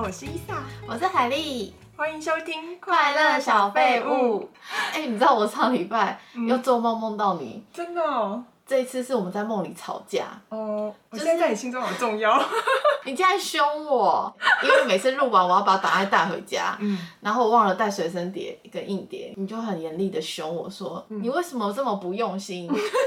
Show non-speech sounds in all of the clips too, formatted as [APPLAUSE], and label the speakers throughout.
Speaker 1: 我是伊萨，
Speaker 2: 我是海丽，
Speaker 1: 欢迎收听《
Speaker 2: 快乐小废物》。哎、你知道我上礼拜
Speaker 1: 嗯
Speaker 2: 又做梦梦到你，》。
Speaker 1: 真的哦，
Speaker 2: 这一次是我们在梦里吵架，
Speaker 1: 哦，我
Speaker 2: 就是
Speaker 1: 现在在你心中好重要。
Speaker 2: 你竟然凶我，因为每次录完我要把档案带回家，
Speaker 1: 嗯，
Speaker 2: 然后我忘了带随身碟跟硬碟，你就很严厉的凶我说、
Speaker 1: 嗯
Speaker 2: 你为什么这么不用心，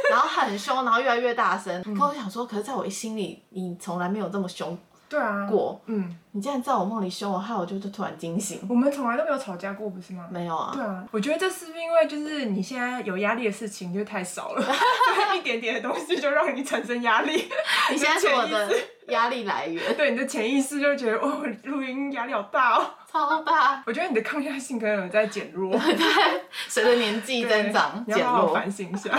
Speaker 2: 然后很凶，然后越来越大声。
Speaker 1: 嗯
Speaker 2: 可我想说，可是在我心里，你从来没有这么凶
Speaker 1: 对啊，
Speaker 2: 过，
Speaker 1: 嗯，
Speaker 2: 你竟然在我梦里凶我，害我就是突然惊醒。
Speaker 1: 我们从来都没有吵架过，不是吗？
Speaker 2: 没有啊
Speaker 1: 对，啊，我觉得这是不是因为就是你现在有压力的事情就太少
Speaker 2: [LAUGHS]
Speaker 1: 了，所以一点点的东西就让你产生压力。
Speaker 2: 你现在是我的
Speaker 1: 啊潜意
Speaker 2: 压力来源，
Speaker 1: 对，你的潜意识就觉得哦，录音压力好大哦。
Speaker 2: 超大。
Speaker 1: 我觉得你的抗压性可能有在减
Speaker 2: [LAUGHS]
Speaker 1: 弱，
Speaker 2: 随着年纪增长
Speaker 1: 对你
Speaker 2: 减
Speaker 1: 要好好
Speaker 2: 弱。
Speaker 1: 反省一下。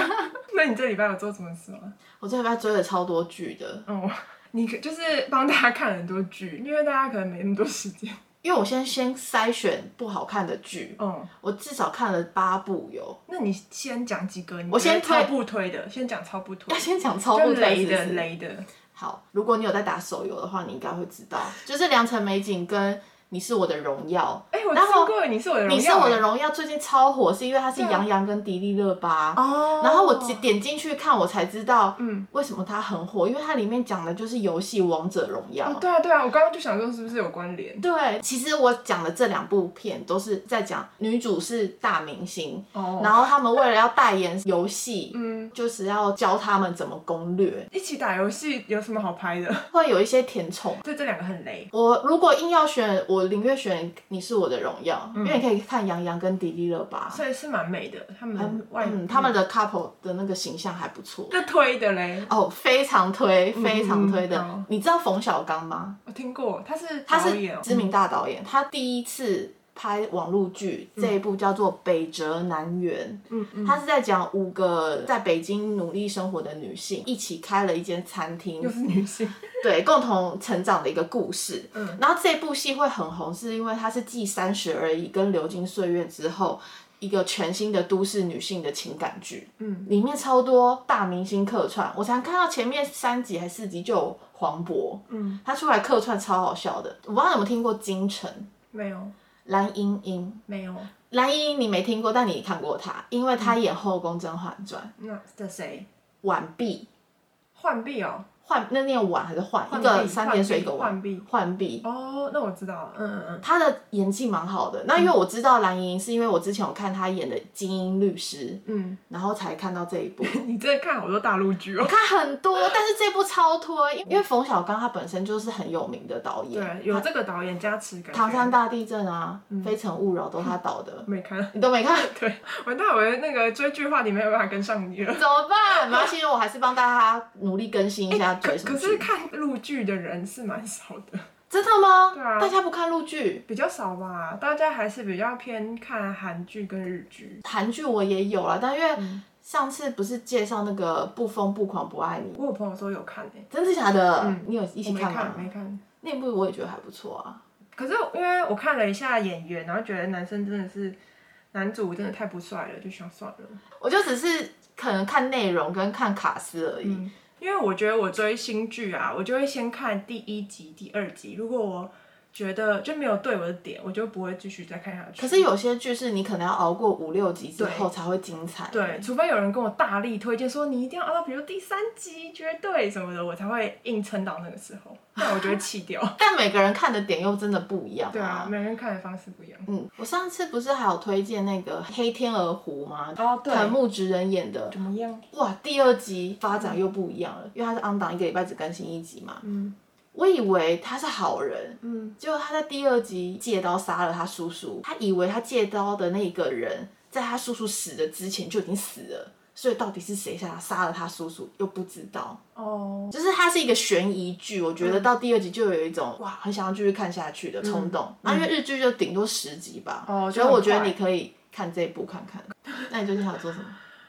Speaker 1: 那你这礼拜有做什么事吗？
Speaker 2: 我这礼拜追了超多剧的，
Speaker 1: 哦， [LAUGHS] 你可就是帮大家看很多剧，因为大家可能没那么多时
Speaker 2: [LAUGHS]
Speaker 1: 间。
Speaker 2: 因为我先先筛选不好看的剧，
Speaker 1: 嗯，
Speaker 2: 我至少看了八部有。
Speaker 1: 那你先讲几个？你
Speaker 2: 我
Speaker 1: 觉
Speaker 2: 先
Speaker 1: 得
Speaker 2: 推
Speaker 1: 超不推的，先讲超不推
Speaker 2: 要，先讲超不
Speaker 1: 就
Speaker 2: 推
Speaker 1: 雷
Speaker 2: 的
Speaker 1: 的雷的。
Speaker 2: 好，如果你有在打手游的话，你应该会知道，就是《良辰美景》跟《你是我的荣耀
Speaker 1: 哎，我
Speaker 2: 然后
Speaker 1: 听过你是我的》。荣耀，哎
Speaker 2: 你是我的荣耀最近超火，是因为它是
Speaker 1: 对啊
Speaker 2: 杨洋跟迪丽热巴。
Speaker 1: 哦。
Speaker 2: 然后我只点进去看，我才知道，
Speaker 1: 嗯
Speaker 2: 为什么它很火，因为它里面讲的就是游戏《王者荣耀》
Speaker 1: 哦，对啊对啊，我刚刚就想说是不是有关联？
Speaker 2: 对，其实我讲的这两部片都是在讲女主是大明星，
Speaker 1: 哦
Speaker 2: 然后他们为了要代言游戏，
Speaker 1: [LAUGHS] 嗯，
Speaker 2: 就是要教他们怎么攻略，
Speaker 1: 一起打游戏有什么好拍的？ [LAUGHS]
Speaker 2: 会有一些甜宠。
Speaker 1: 这这两个很雷。
Speaker 2: 我如果硬要选，我宁愿选《你是我的荣耀》
Speaker 1: 嗯
Speaker 2: 因为你可以看杨洋跟迪丽热巴，
Speaker 1: 所以是蛮美的，他
Speaker 2: 嗯
Speaker 1: 们外
Speaker 2: 嗯，他们的 couple 的那个形象还不错。
Speaker 1: 那推的嘞，
Speaker 2: 哦，非常推，非常推的。
Speaker 1: 嗯好
Speaker 2: 你知道冯小刚吗？
Speaker 1: 我听过，他是
Speaker 2: 他
Speaker 1: 导
Speaker 2: 是
Speaker 1: 演哦，
Speaker 2: 知名大导演，他第一次拍网络剧，这一部叫做《北辙南辕》，
Speaker 1: 嗯嗯，
Speaker 2: 他是在讲五个在北京努力生活的女性一起开了一间餐
Speaker 1: 又
Speaker 2: 厅，
Speaker 1: 是女性，
Speaker 2: 对，共同成长的一个故事。
Speaker 1: 嗯
Speaker 2: 然后这部戏会很红，是因为它是继《三十而已》跟《流金岁月》之后。一个全新的都市女性的情感剧，
Speaker 1: 嗯，
Speaker 2: 里面超多大明星客串，我才看到前面三集还四集就有黄渤，
Speaker 1: 嗯，
Speaker 2: 他出来客串超好笑的。我不知道你有没有听过金晨、
Speaker 1: 没有
Speaker 2: 蓝盈莹，
Speaker 1: 没有，
Speaker 2: 蓝盈莹你没听过，但你看过她，因为
Speaker 1: 嗯
Speaker 2: 她演《后宫甄嬛传
Speaker 1: 那这谁？》
Speaker 2: 婉碧，
Speaker 1: 浣碧哦，
Speaker 2: 浣那念婉还是浣？
Speaker 1: 浣
Speaker 2: 一
Speaker 1: 碧
Speaker 2: 个三点水一个婉，
Speaker 1: 浣碧
Speaker 2: 浣碧。
Speaker 1: 哦，那我知道了，嗯嗯
Speaker 2: 她的演技蛮好的，那因为我知道蓝盈莹，是因为我之前有看她演的《精英律师》，
Speaker 1: 嗯
Speaker 2: 然后才看到这一部。 [LAUGHS]
Speaker 1: [LAUGHS] 嗯，你真的看好多大陆剧
Speaker 2: 我
Speaker 1: 哦，
Speaker 2: 看很多，但是这部超推，因为冯小刚他本身就是很有名的导
Speaker 1: [LAUGHS]
Speaker 2: 演，
Speaker 1: 对，嗯有这个导演加持感觉，
Speaker 2: 唐山大地震啊，非诚勿扰》都他
Speaker 1: [LAUGHS]
Speaker 2: 导的，
Speaker 1: 没看，
Speaker 2: 你都没看， [LAUGHS]
Speaker 1: 对，我那我的那个追剧话题没有办法跟上 [LAUGHS] 你了。
Speaker 2: 怎么办？没关系，我还是帮大家努力更新一下
Speaker 1: 哎可
Speaker 2: 追什
Speaker 1: 可
Speaker 2: 么
Speaker 1: 是
Speaker 2: 剧。
Speaker 1: 看陆剧的人是蛮少的，
Speaker 2: 真的吗？
Speaker 1: 对啊
Speaker 2: 大家不看陆剧，
Speaker 1: 比较少吧，大家还是比较偏看韩剧跟日剧。
Speaker 2: 韩剧我也有啦，但因为
Speaker 1: 嗯
Speaker 2: 上次不是介绍那个《不疯不狂不爱你》，
Speaker 1: 我有朋友说有看诶、
Speaker 2: 真的假的？
Speaker 1: 嗯
Speaker 2: 你有一
Speaker 1: 我
Speaker 2: 起
Speaker 1: 没
Speaker 2: 看吗
Speaker 1: 看？没看。
Speaker 2: 那部我也觉得还不错啊。
Speaker 1: 可是因为我看了一下演员，然后觉得男生真的是男主真的太不帅了，就想算了。
Speaker 2: 我就只是可能看内容跟看卡斯而已。
Speaker 1: 因为我觉得我追新剧啊，我就会先看第一集、第二集。如果我觉得就没有对我的点，我就不会继续再看下去。
Speaker 2: 可是有些剧是你可能要熬过五六集之后才会精彩。
Speaker 1: 对，除非有人跟我大力推荐说你一定要熬到，比如第三集绝对什么的，我才会硬撑到那个时候，不然我就会弃掉。
Speaker 2: 但每个人看的点又真的不一样、
Speaker 1: 对啊，。每个人看的方式不一样。
Speaker 2: 嗯，我上次不是还有推荐那个《黑天鹅湖》吗？
Speaker 1: 哦对
Speaker 2: 藤木直人演的
Speaker 1: 怎，么样？
Speaker 2: 哇，第二集发展又不一样了，因为他是 on 档一个礼拜只更新一集嘛。
Speaker 1: 嗯
Speaker 2: 我以为他是好人，
Speaker 1: 嗯，
Speaker 2: 结果他在第二集借刀杀了他叔叔，他以为他借刀的那个人在他叔叔死的之前就已经死了，所以到底是谁杀杀了他叔叔又不知道。
Speaker 1: 哦，
Speaker 2: 就是它是一个悬疑剧，我觉得
Speaker 1: 嗯
Speaker 2: 到第二集就有一种哇，很想要继续看下去的冲动。那、因为日剧就顶多十集吧，
Speaker 1: 嗯哦就
Speaker 2: 所以我
Speaker 1: 很
Speaker 2: 觉得
Speaker 1: 快
Speaker 2: 你可以看这一部看看。
Speaker 1: [LAUGHS]
Speaker 2: 那你最近想做什么？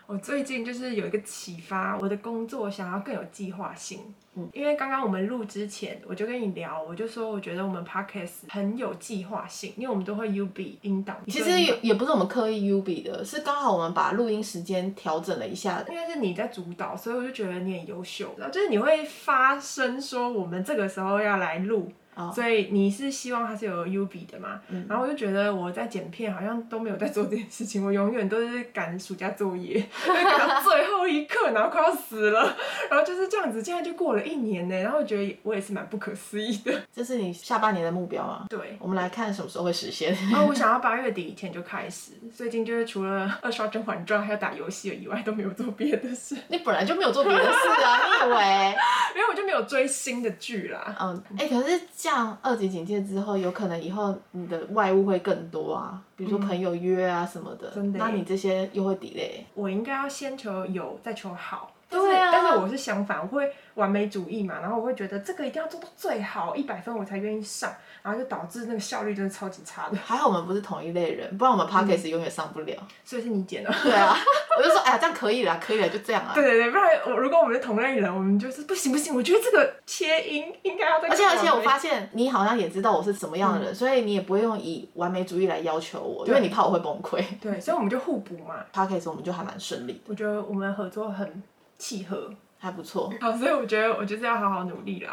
Speaker 1: 我最近就是有一个启发，我的工作想要更有计划性。
Speaker 2: 嗯
Speaker 1: 因为刚刚我们录之前，我就跟你聊，我就说我觉得我们 podcast 很有计划性，因为我们都会 UB 引导。
Speaker 2: 其实也也不是我们刻意 U B 的，是刚好我们把录音时间调整了一下。
Speaker 1: 因为是你在主导，所以我就觉得你很优秀，就是你会发声说我们这个时候要来录，所以你是希望它是有 U B 的嘛？然后我就觉得我在剪片好像都没有在做这件事情，我永远都是赶暑假作业， [LAUGHS] 就赶到最后一刻，然后快要死了，然后就是这样子，现在就过了一年呢，然后我觉得我也是蛮不可思议的。 [LAUGHS]
Speaker 2: 这是你下半年的目标啊。
Speaker 1: 对，
Speaker 2: 我们来看什么时候会实现。
Speaker 1: 然后我想要八月底以前就开始，最近就是除了二刷《甄嬛传》还有打游戏以外，都没有做别的事， [LAUGHS]
Speaker 2: 你本来就没有做别的事啊，你以为？
Speaker 1: 因为我就没有追新的剧啦。
Speaker 2: 嗯， [LAUGHS] 哎、可是这样二级警戒之后，有可能以后你的外物会更多啊，比如说朋友约啊什么的，
Speaker 1: 真的耶
Speaker 2: 那你这些又会 delay。
Speaker 1: 我应该要先求有，再求好。但
Speaker 2: 对
Speaker 1: 是
Speaker 2: 啊
Speaker 1: 但是我是相反，我会完美主义嘛，然后我会觉得这个一定要做到最好，一百分我才愿意上，然后就导致那个效率真的超级差 [LAUGHS] 的。
Speaker 2: 还好我们不是同一类人，不然我们 podcast 永远上不 [LAUGHS] 了。
Speaker 1: 所以是你剪的。
Speaker 2: 对啊，我就说，哎呀，这样可以啦，可以了，就这样啊
Speaker 1: 对。对对，不然我如果我们是同类人，我们就是不行不行，我觉得这个切音应该要 [LAUGHS] 再。
Speaker 2: 而且而且，我发现你好像也知道我是什么样的人，所以你也不会用以完美主义来要求我，因为你怕我会崩溃。
Speaker 1: 对，所以我们就互补嘛。
Speaker 2: podcast 我们就还蛮顺利的，
Speaker 1: 我觉得我们合作很契合，
Speaker 2: 还不错。
Speaker 1: [LAUGHS] 好，所以我觉得我就是要好好努力啦。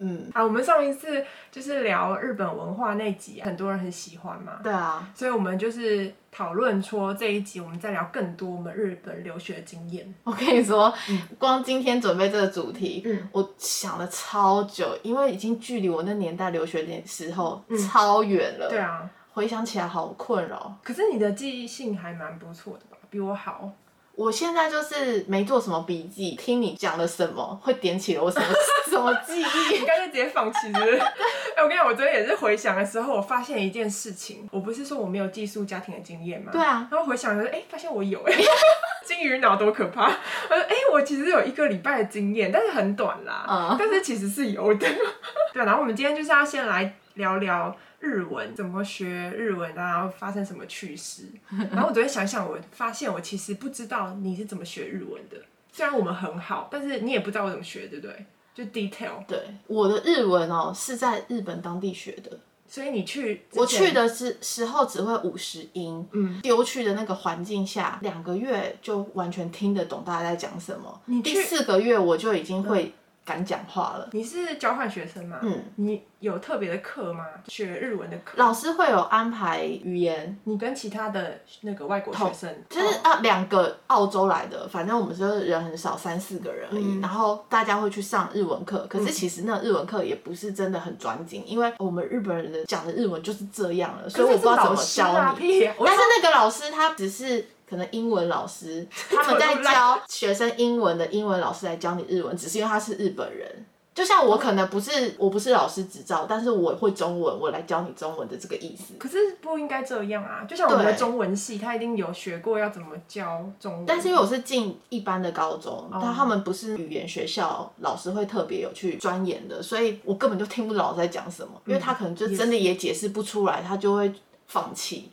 Speaker 2: 嗯，
Speaker 1: 啊，我们上一次就是聊日本文化那集，啊很多人很喜欢嘛，
Speaker 2: 对啊，
Speaker 1: 所以我们就是讨论说这一集我们再聊更多我们日本留学的经验。
Speaker 2: 我跟你说，光今天准备这个主题，
Speaker 1: 嗯
Speaker 2: 我想了超久，因为已经距离我那年代留学的时候、
Speaker 1: 嗯
Speaker 2: 超远了。
Speaker 1: 对，啊，
Speaker 2: 回想起来好困扰。
Speaker 1: 可是你的记忆性还蛮不错的吧，比我好。
Speaker 2: 我现在就是没做什么笔记，听你讲了什么，会点起了我什么
Speaker 1: [LAUGHS]
Speaker 2: 什么记忆。 [LAUGHS]
Speaker 1: 你干脆直接放弃，是不是？ [LAUGHS] 哎、我跟你讲，我昨天也是回想的时候，我发现一件事情，我不是说我没有寄宿家庭的经验吗？
Speaker 2: 对啊
Speaker 1: 然后回想的时候，哎、发现我有哎、 [LAUGHS] 金鱼脑多可怕！我说，哎、我其实有一个礼拜的经验，但是很短啦，
Speaker 2: 嗯
Speaker 1: 但是其实是有的。 [LAUGHS] 对，啊然后我们今天就是要先来聊聊日文，怎么学日文，然后发生什么趣事。
Speaker 2: [LAUGHS]
Speaker 1: 然后我昨天想想，我发现我其实不知道你是怎么学日文的，虽然我们很好，但是你也不知道我怎么学，对不对？就 detail。
Speaker 2: 对，我的日文哦是在日本当地学的，
Speaker 1: 所以你去，
Speaker 2: 我去，的时时候只会五十音，
Speaker 1: 嗯，
Speaker 2: 丢去的那个环境下，两个月就完全听得懂大家在讲什么。
Speaker 1: 你
Speaker 2: 第
Speaker 1: 去嗯
Speaker 2: 四个月我就已经会敢讲话了。
Speaker 1: 你是交换学生吗？
Speaker 2: 嗯，
Speaker 1: 你有特别的课吗？学日文的课？
Speaker 2: 老师会有安排语言，
Speaker 1: 你跟其他的那个外国学生，
Speaker 2: 就是
Speaker 1: 哦
Speaker 2: 啊两个澳洲来的，反正我们就是人很少，三四个人而已。
Speaker 1: 嗯
Speaker 2: 然后大家会去上日文课，可是其实那日文课也不是真的很专精，因为我们日本人的讲的日文就是这样了，所以我不知道怎么教
Speaker 1: 可是这是老师啊
Speaker 2: 你。
Speaker 1: 屁呀我
Speaker 2: 但是那个老师他只是可能英文老师，他们在教学生英文的英文老师来教你日文，只是因为他是日本人。就像我可能不是我不是老师执照，但是我会中文，我来教你中文的这个意思。
Speaker 1: 可是不应该这样啊！就像我们的
Speaker 2: 对
Speaker 1: 中文系，他一定有学过要怎么教中文，
Speaker 2: 但是因为我是进一般的高中，
Speaker 1: 哦
Speaker 2: 但他们不是语言学校，老师会特别有去钻研的，所以我根本就听不懂老师在讲什么，因为他可能就真的也解释不出来，他就会
Speaker 1: [LAUGHS]
Speaker 2: 放弃。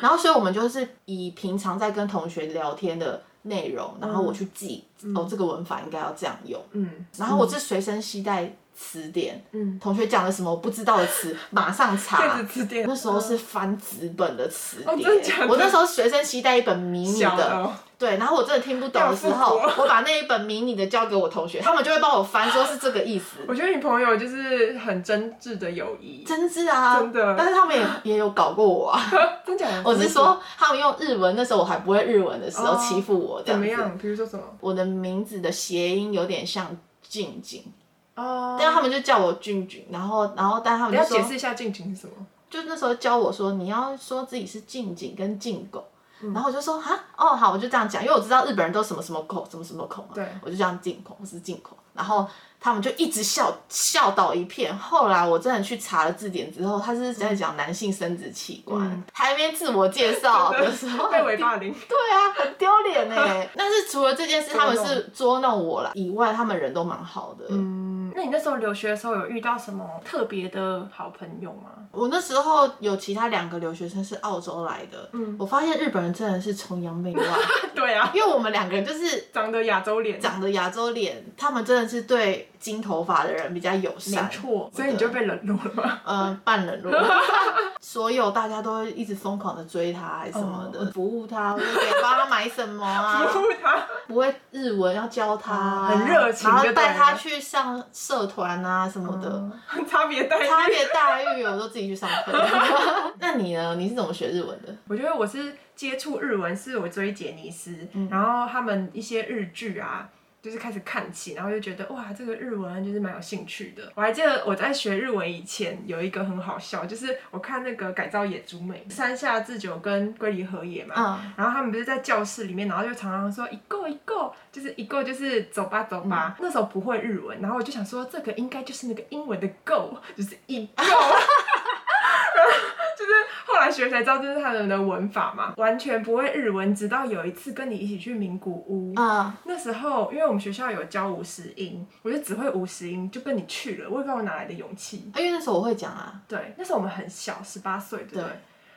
Speaker 2: 然后，所以我们就是以平常在跟同学聊天的内容，然后我去记、哦，这个文法应该要这样用，
Speaker 1: 嗯
Speaker 2: 然后我是随身携带词典，
Speaker 1: 嗯，
Speaker 2: 同学讲了什么我不知道的词，马上
Speaker 1: [LAUGHS]
Speaker 2: 查
Speaker 1: 电。子词典
Speaker 2: 那时候啊是翻纸本的词典，
Speaker 1: 哦真的假的
Speaker 2: 我那时候随身携带一本迷你
Speaker 1: 小
Speaker 2: 的，
Speaker 1: 的哦，
Speaker 2: 对，然后我真的听不懂的时候，
Speaker 1: 要复
Speaker 2: 我把那一本迷你的交给我同学，他们就会帮我翻，说是这个
Speaker 1: [LAUGHS]
Speaker 2: 意思。
Speaker 1: 我觉得你朋友就是很真挚的友谊，
Speaker 2: 真是啊，
Speaker 1: 真的
Speaker 2: 但是他们也也有搞过我
Speaker 1: [LAUGHS]
Speaker 2: 啊。
Speaker 1: 真假的？
Speaker 2: 我是说，他们用日文，那时候我还不会日文的时候
Speaker 1: 哦
Speaker 2: 欺负我，
Speaker 1: 怎
Speaker 2: 这样
Speaker 1: 么
Speaker 2: 子。
Speaker 1: 样？比如说什么？
Speaker 2: 我的名字的谐音有点像静静，
Speaker 1: 哦，
Speaker 2: 啊但他们就叫我俊俊，然后然后但他
Speaker 1: 你
Speaker 2: 们
Speaker 1: 要
Speaker 2: 就
Speaker 1: 解
Speaker 2: 说，
Speaker 1: 释一下近景是什么？
Speaker 2: 就那时候教我说你要说自己是静静跟静狗。然后我就说啊，哦好，我就这样讲，因为我知道日本人都什么什么口，什么什么口嘛，
Speaker 1: 对
Speaker 2: 我就这样进口，我是进口。然后他们就一直笑笑倒一片。后来我真的去查了字典之后，他是在讲男性生殖器官，
Speaker 1: 嗯
Speaker 2: 还没自我介
Speaker 1: [LAUGHS]
Speaker 2: 绍的时候，
Speaker 1: 被尾霸
Speaker 2: [LAUGHS]
Speaker 1: 凌。
Speaker 2: 对啊，很丢脸哎。但是除了这件事，他们是捉弄我了以外，他们人都蛮好的。
Speaker 1: 嗯，那你那时候留学的时候有遇到什么特别的好朋友吗？ [LAUGHS]
Speaker 2: 我那时候
Speaker 1: 嗯
Speaker 2: 有其他两个留学生是澳洲来的，我发现日本人真的是崇洋媚外。
Speaker 1: 对对啊，
Speaker 2: 因为我们两个人就是
Speaker 1: 长得亚洲脸，
Speaker 2: 长得亚洲脸，他们真的是对金头发的人比较友
Speaker 1: 没
Speaker 2: 善，
Speaker 1: 错，所以你就被冷落了 [LAUGHS] 嘛。
Speaker 2: 呃，半冷落。 [LAUGHS] 所有大家都会一直疯狂的追他，还是什么的，服务他，我就给帮他买什么啊，
Speaker 1: 哦 [LAUGHS] 服务他，
Speaker 2: 不会日文要教他啊，
Speaker 1: 很热情
Speaker 2: 然后
Speaker 1: 就对
Speaker 2: 带他
Speaker 1: 了哦
Speaker 2: 去上社团啊什么的。
Speaker 1: 差别待遇。
Speaker 2: 差别待遇，我都自己去上课。 [LAUGHS] 那你呢？你是怎么学日文的？
Speaker 1: 我觉得我是接触日文是我追杰尼斯，然后他们一些日剧啊。就是开始看起，然后就觉得哇，这个日文就是蛮有兴趣的。我还记得我在学日文以前有一个很好笑，就是我看那个改造野猪美山下智久跟龟梨和也嘛，
Speaker 2: 嗯，
Speaker 1: 然后他们不是在教室里面，然后就常常说一个一个，就是一个就是走吧走吧。那时候不会日文，然后我就想说这个应该就是那个英文的 go，就是 [LAUGHS] 一个。就是后来学才知道这是他们的文法嘛，完全不会日文。直到有一次跟你一起去名古屋，
Speaker 2: 啊、
Speaker 1: 那时候因为我们学校有教五十音，我就只会五十音，就跟你去了。我也不知道我哪来的勇气。
Speaker 2: 因为那时候我会讲啊，
Speaker 1: 对，那时候我们很小，十八岁，对不对
Speaker 2: 对？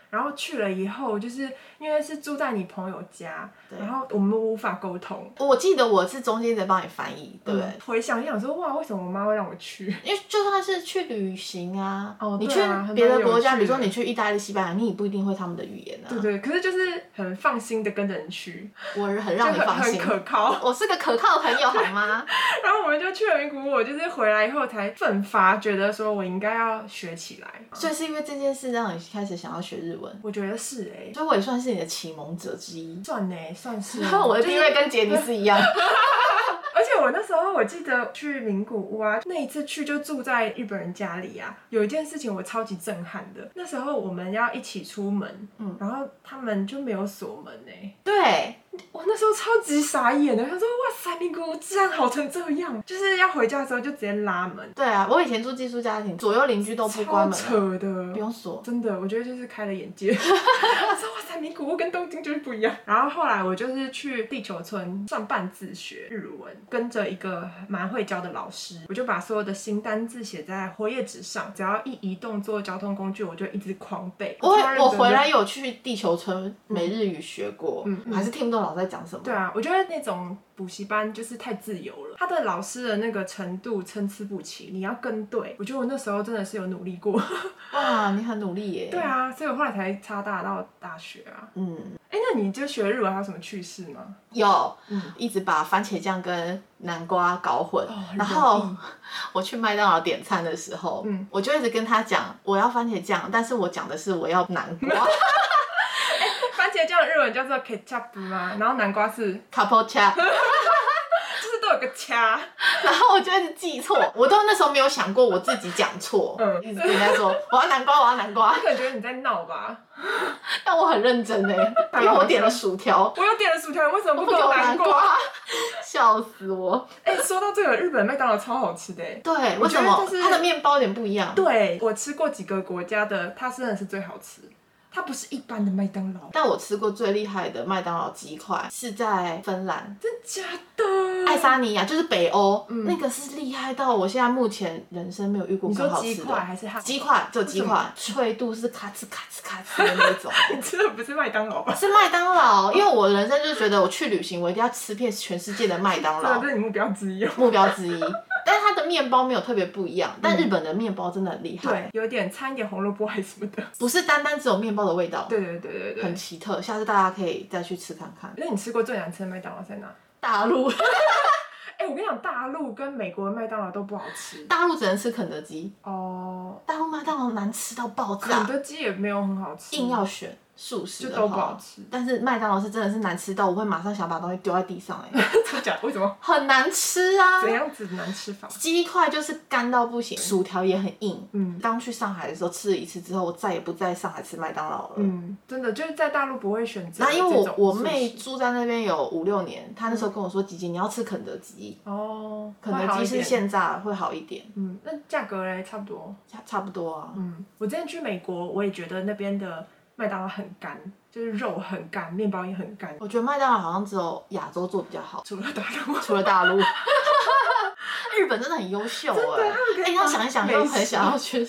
Speaker 1: 然后去了以后，就是因为是住在你朋友家，
Speaker 2: 对
Speaker 1: 然后我们无法沟通。
Speaker 2: 我记得我是中间在帮你翻译，对不对？
Speaker 1: 嗯回想一想说，哇，为什么我妈会让我
Speaker 2: [LAUGHS]
Speaker 1: 去？
Speaker 2: 因为就算是去旅行啊，
Speaker 1: 哦
Speaker 2: 你去
Speaker 1: 对啊还蛮
Speaker 2: 别的国
Speaker 1: 有
Speaker 2: 家，
Speaker 1: 趣的
Speaker 2: 比如说你去意大利、西班牙，你也不一定会他们的语言啊。
Speaker 1: 对对，可是就是很放心的跟着人去，
Speaker 2: 我很
Speaker 1: 就
Speaker 2: 让你
Speaker 1: 很
Speaker 2: 放
Speaker 1: 很
Speaker 2: 心，
Speaker 1: 可靠。 [LAUGHS]
Speaker 2: 我是个可靠的朋友，好吗？
Speaker 1: 然后我们就去了名古屋，我就是回来以后才奋发，觉得说我应该要学起来。
Speaker 2: 所以是因为这件事让你开始想要学日文，
Speaker 1: 我觉得是哎、
Speaker 2: 所以我也算是你的启蒙者之一。。
Speaker 1: 算呢、算是
Speaker 2: [LAUGHS]
Speaker 1: 啊
Speaker 2: 我的
Speaker 1: 就
Speaker 2: 地
Speaker 1: 是
Speaker 2: 位跟杰尼斯一
Speaker 1: [LAUGHS]
Speaker 2: 样，
Speaker 1: 而且我那时候我记得去名古屋啊，那一次去就住在日本人家里啊。有一件事情我超级震撼的，那时候我们要一起出门，
Speaker 2: 嗯
Speaker 1: 然后他们就没有锁门哎、
Speaker 2: 对，
Speaker 1: 我那时候超级傻眼的，他说哇塞，名古屋治安好成这样，就是要回家的时候就直接拉门，
Speaker 2: 对啊，我以前住寄宿家庭，左右邻居都不
Speaker 1: 超
Speaker 2: 关门啊，
Speaker 1: 扯的
Speaker 2: 不。用锁。
Speaker 1: 真的，我觉得就是开了眼界。 [LAUGHS] 我说哇塞，名古屋跟东京就是不一样。然后后来我就是去地球村上半自学日文，跟着一个蛮会教的老师，我就把所有的新单字写在活页纸上，只要一移动坐交通工具，我就一直狂背。
Speaker 2: 我
Speaker 1: 超认
Speaker 2: 我
Speaker 1: 真的
Speaker 2: 回来有去地球村每日语学过，我还是听不懂老师在讲什么。
Speaker 1: 嗯对啊，我觉得那种补习班就是太自由了，他的老师的那个程度参差不齐，你要跟对。我觉得我那时候真的是有努力过。 [LAUGHS]
Speaker 2: 哇，你很努力耶。
Speaker 1: 对，啊，所以我后来才插大到大学啊。
Speaker 2: 嗯，
Speaker 1: 哎，那你就学日文还有什么趣事吗？
Speaker 2: 有
Speaker 1: 嗯，
Speaker 2: 一直把番茄酱跟南瓜搞混，
Speaker 1: 哦很
Speaker 2: 然
Speaker 1: 容
Speaker 2: 后
Speaker 1: 易
Speaker 2: 我去麦当劳点餐的时候，
Speaker 1: 嗯
Speaker 2: 我就一直跟他讲我要番茄酱，但是我讲的是我要南瓜
Speaker 1: 番茄酱的日文叫做 ketchup 吗？然后南瓜是
Speaker 2: c a p o c h
Speaker 1: [LAUGHS]
Speaker 2: a
Speaker 1: 就是都有个掐，
Speaker 2: 然后我就一直记错，我都那时候没有想过我自己讲错，
Speaker 1: 嗯
Speaker 2: 一直跟他说我要南瓜，我要南瓜
Speaker 1: 他，可能觉得你在闹吧？
Speaker 2: 但我很认真哎，因为我点了薯条，
Speaker 1: 我有点了薯条，你为什么
Speaker 2: 不
Speaker 1: 不
Speaker 2: 给
Speaker 1: 给
Speaker 2: 我
Speaker 1: 我啊
Speaker 2: 南
Speaker 1: 南瓜？
Speaker 2: 瓜， [LAUGHS] 笑死我！
Speaker 1: 哎，说到这个，日本麦当劳超好吃的哎。
Speaker 2: 对，
Speaker 1: 我
Speaker 2: 为
Speaker 1: 觉
Speaker 2: 什
Speaker 1: 得
Speaker 2: 么
Speaker 1: 这是
Speaker 2: 它的面包有点不一样？，
Speaker 1: 对我吃过几个国家的，它真的是最好吃，它不是一般的麦当劳，
Speaker 2: 但我吃过最厉害的麦当劳鸡块是在芬兰。
Speaker 1: 真假的？
Speaker 2: 爱沙尼亚就是北欧，那个是厉害到我现在目前人生没有遇过
Speaker 1: 嗯你
Speaker 2: 更
Speaker 1: 说
Speaker 2: 好吃
Speaker 1: 鸡
Speaker 2: 的
Speaker 1: 块还是汉？
Speaker 2: 鸡块，就鸡
Speaker 1: 为什
Speaker 2: 块，脆度是咔哧咔哧咔哧的那种。
Speaker 1: 你吃的不是麦当劳吧？
Speaker 2: 是麦当劳，因为我人生就是觉得我去旅行，我一定要吃遍全世界的麦当
Speaker 1: 这
Speaker 2: 劳
Speaker 1: 个是你目标之一哦。
Speaker 2: 目标之一。但是它的面包没有特别不一样，但日本的面包真的很厉害。
Speaker 1: 对，有点掺一点红萝卜还是什么的。
Speaker 2: 不是单单只有面包的味道，
Speaker 1: 对对对对
Speaker 2: 很
Speaker 1: 对。
Speaker 2: 奇特。下次大家可以再去吃看
Speaker 1: [LAUGHS]
Speaker 2: 看。
Speaker 1: 那你吃过最难吃的麦当劳在哪？
Speaker 2: 大陆，
Speaker 1: 哎、我跟你讲，大陆跟美国的麦当劳都不好吃
Speaker 2: [LAUGHS] 大陆只能吃肯德基，
Speaker 1: 哦，
Speaker 2: 大陆麦当劳难吃到爆
Speaker 1: 肯
Speaker 2: 炸，
Speaker 1: 德基也没有很好吃，
Speaker 2: 啊硬要选素食
Speaker 1: 就
Speaker 2: 的
Speaker 1: 都
Speaker 2: 话
Speaker 1: 不好。
Speaker 2: [LAUGHS]
Speaker 1: 吃，
Speaker 2: 但是麦当劳是真的是难吃到我会马上想把东西丢在地上、哎，
Speaker 1: 真假？为什么？
Speaker 2: [LAUGHS] 很难吃
Speaker 1: [LAUGHS]
Speaker 2: 啊！
Speaker 1: 怎样子难吃法？
Speaker 2: 鸡块就是干到不行，薯条也很硬。
Speaker 1: 嗯
Speaker 2: 刚去上海的时候吃了一次之后，我再也不在上海吃麦当劳了。
Speaker 1: 嗯，真的就是在大陆不会选择
Speaker 2: 那
Speaker 1: 这
Speaker 2: 因
Speaker 1: 种
Speaker 2: 为
Speaker 1: 素食。
Speaker 2: 我我妹住在那边有五六年，她那时候跟我说：“姐姐，你要吃肯德基，
Speaker 1: 哦，
Speaker 2: 肯德
Speaker 1: 会好
Speaker 2: 基
Speaker 1: 一
Speaker 2: 是
Speaker 1: 点
Speaker 2: 现榨会好一点。”
Speaker 1: 嗯，那价格嘞差不多。
Speaker 2: 差差不多啊。
Speaker 1: 嗯，我之前去美国，我也觉得那边的麦当劳很干，就是肉很干，面包也很干，
Speaker 2: 我觉得麦当劳好像只有亚洲做比较好，
Speaker 1: 除了大陆。
Speaker 2: 除了大陆。
Speaker 1: 哎、
Speaker 2: [LAUGHS] 日本真的很优秀
Speaker 1: 对，他
Speaker 2: 哎、
Speaker 1: 们可
Speaker 2: 哎、
Speaker 1: 以
Speaker 2: 要想一想，
Speaker 1: 美
Speaker 2: 都很
Speaker 1: 食
Speaker 2: 想要去日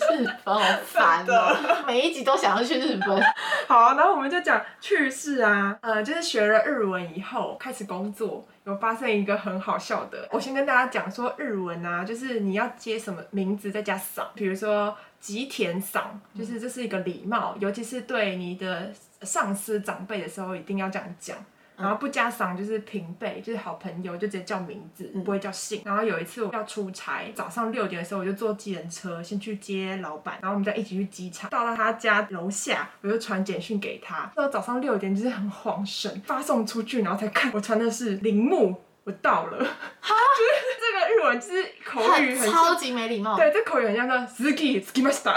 Speaker 1: [LAUGHS]
Speaker 2: 本，好烦哦、每一集都想要去日本，
Speaker 1: 好，然后我们就讲趣事啊，呃，就是学了日文以后开始工作，有发生一个很好笑的。我先跟大家讲说日文啊，就是你要接什么名字再加赏，比如说吉田赏，就是这是一个礼貌，尤其是对你的上司长辈的时候一定要这样讲。然后不加赏就是平辈，就是好朋友，就直接叫名字，
Speaker 2: 嗯
Speaker 1: 不会叫姓。然后有一次我要出差，早上六点的时候我就坐计程车先去接老板，然后我们再一起去机场。到了他家楼下，我就传简讯给他。到早上六点就是很慌神，发送出去，然后才看我传的是铃木，我到了。 [LAUGHS] 就是这个日文就是 [LAUGHS] 口语
Speaker 2: 很
Speaker 1: 很
Speaker 2: 超级没礼貌。
Speaker 1: 对，这口语很像那 ski ski m a s
Speaker 2: [LAUGHS]
Speaker 1: t e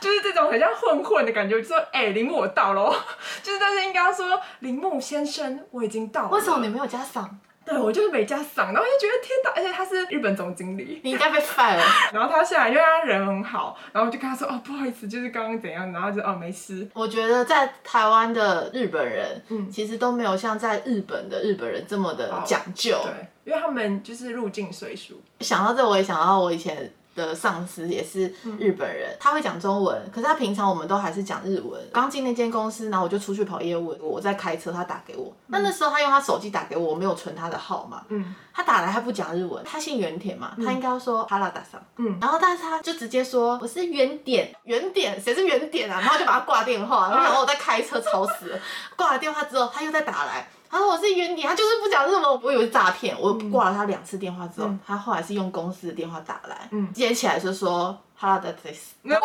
Speaker 1: 就是这种很像混混的感觉，就说哎、铃木我到喽， [LAUGHS] 就是但是应该要说铃木先生我已经到了。
Speaker 2: 为什么你没有加赏？
Speaker 1: 对我就是没加赏，然后就觉得天哪，而且他是日本总经理， [LAUGHS]
Speaker 2: 你应该被 fire。
Speaker 1: 然后他下来因为他人很好，然后我就跟他说哦不好意思，就是刚刚怎样，然后就哦没事，
Speaker 2: 我觉得在台湾的日本人，
Speaker 1: 嗯
Speaker 2: 其实都没有像在日本的日本人这么的
Speaker 1: 哦
Speaker 2: 讲究。
Speaker 1: 对，因为他们就是入境随俗，
Speaker 2: 想到这，我也想到我以前的上司也是日本人，他会讲中文，可是他平常我们都还是讲日文。刚进那间公司，然后我就出去跑业务，我在开车，他打给我。那那时候他用他手机打给我，我没有存他的号码。
Speaker 1: 嗯
Speaker 2: 他打来，他不讲日文，他姓原田嘛，他应该要说哈拉达桑，
Speaker 1: 嗯
Speaker 2: 然后但是他就直接说我是原点，原点谁是原点啊？然后就把他挂电话，然后我在开车吵死了，挂了电话之后他又再打来，他说我是原点，他就是不讲日文，我以为是诈骗，我挂了他两次电话之后，他后来是用公司的电话打来，
Speaker 1: 嗯
Speaker 2: 接起来就说。哈拉的 this，哦，经
Speaker 1: 那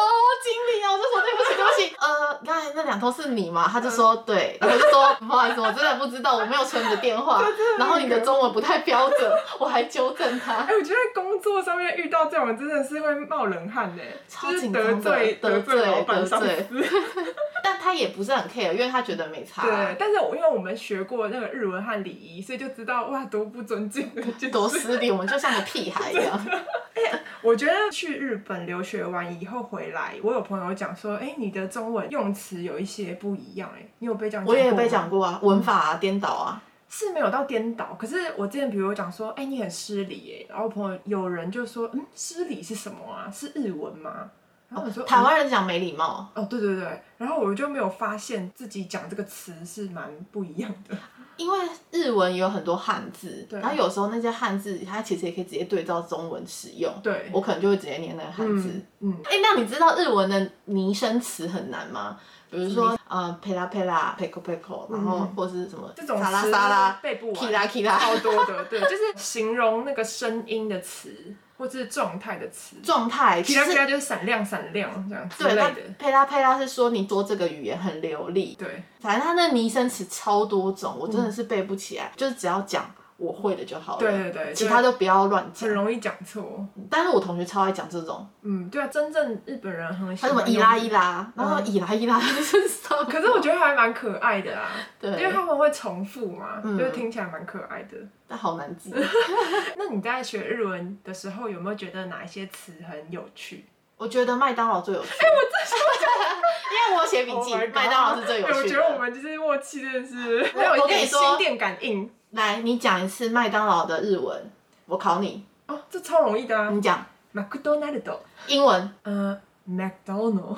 Speaker 2: 理啊，我就说对不起，对不起，呃，刚才那两通是你吗？他就说对，我就说不好意思，我真的不知道，我没有存你的电话，然后你的中文不太标准，我还纠正他
Speaker 1: 哎、，我觉得工作上面遇到这种人真的是会冒冷汗呢，
Speaker 2: 超
Speaker 1: 就是
Speaker 2: 紧
Speaker 1: 得
Speaker 2: 张的
Speaker 1: 罪
Speaker 2: 得
Speaker 1: 罪老
Speaker 2: 罪
Speaker 1: 板
Speaker 2: 得
Speaker 1: 上
Speaker 2: 罪
Speaker 1: 司。
Speaker 2: 但他也不是很 care，因为他觉得没差，
Speaker 1: 对，但是我因为我们学过那个日文和礼仪，所以就知道哇，多不尊敬的一件
Speaker 2: [LAUGHS] 多
Speaker 1: 事。
Speaker 2: 失礼，我们就像个屁孩
Speaker 1: [LAUGHS]
Speaker 2: 一样，
Speaker 1: 我觉得去日本留学完以后回来，我有朋友讲说，哎、你的中文用词有一些不一样、哎，你有被这样？
Speaker 2: 我也被，讲过啊，文法啊，颠倒啊，
Speaker 1: 是没有到颠倒。可是我之前比如讲说，哎、你很失礼，哎，然后我朋友有人就说，嗯，失礼是什么啊？是日文吗？然后我说，
Speaker 2: 台
Speaker 1: 嗯
Speaker 2: 湾人讲没礼貌，
Speaker 1: 哦，对对对，然后我就没有发现自己讲这个词是蛮不一样的。
Speaker 2: 因为日文也有很多汉字，
Speaker 1: 对
Speaker 2: 然后有时候那些汉字它其实也可以直接对照中文使用，
Speaker 1: 对，
Speaker 2: 我可能就会直接念那个汉字。
Speaker 1: 嗯，
Speaker 2: 哎、那你知道日文的拟声词很难吗？比如说，呃，佩拉佩拉、佩 e 佩 o 然后或是什么
Speaker 1: 嗯这种
Speaker 2: 沙拉
Speaker 1: 词
Speaker 2: 沙拉、
Speaker 1: 背不完哦
Speaker 2: k 拉 k 拉，
Speaker 1: 超多的，对，就是形容那个声音的词或是状态的词。
Speaker 2: 状态
Speaker 1: 皮
Speaker 2: 其
Speaker 1: 拉皮
Speaker 2: 实
Speaker 1: 拉就是闪亮闪亮这样之
Speaker 2: 对，
Speaker 1: 类
Speaker 2: 那
Speaker 1: 的，
Speaker 2: 佩拉佩拉是说你说这个语言很流利，
Speaker 1: 对，
Speaker 2: 反正它那拟声词超多种，我真的是背不起来，就是只要讲我会的就好了，
Speaker 1: 嗯对对对
Speaker 2: 其他都不要乱
Speaker 1: 很
Speaker 2: 讲。
Speaker 1: 容易讲错。
Speaker 2: 但是我同学超爱讲这种，
Speaker 1: 嗯，对啊，真正日本人很喜
Speaker 2: 他
Speaker 1: 欢
Speaker 2: 什么
Speaker 1: 用
Speaker 2: 伊拉伊拉，然后伊拉伊拉是什么？
Speaker 1: 可是我觉得还蛮可爱的啊，因为
Speaker 2: 对，
Speaker 1: 他们会重复嘛，
Speaker 2: 嗯
Speaker 1: 就是听起来蛮可爱的。
Speaker 2: 但好难记。
Speaker 1: 那你在学日文的时候，有没有觉得哪一些词很有趣？
Speaker 2: 我觉得麦当劳
Speaker 1: [LAUGHS]
Speaker 2: 最有趣。哎、我最因为我有写笔
Speaker 1: Oh my
Speaker 2: 记，
Speaker 1: god
Speaker 2: 麦当劳是最有
Speaker 1: 对我
Speaker 2: 趣
Speaker 1: 觉得我
Speaker 2: 的。
Speaker 1: 们就是默契，真的是
Speaker 2: 我
Speaker 1: 没有一
Speaker 2: 我跟
Speaker 1: 点
Speaker 2: 你说
Speaker 1: 心电感应
Speaker 2: 来，你讲一次麦当劳的日文，我考你，
Speaker 1: 哦，这超容易的啊
Speaker 2: 你讲
Speaker 1: ，McDonald，
Speaker 2: 英文，
Speaker 1: 呃，McDonald。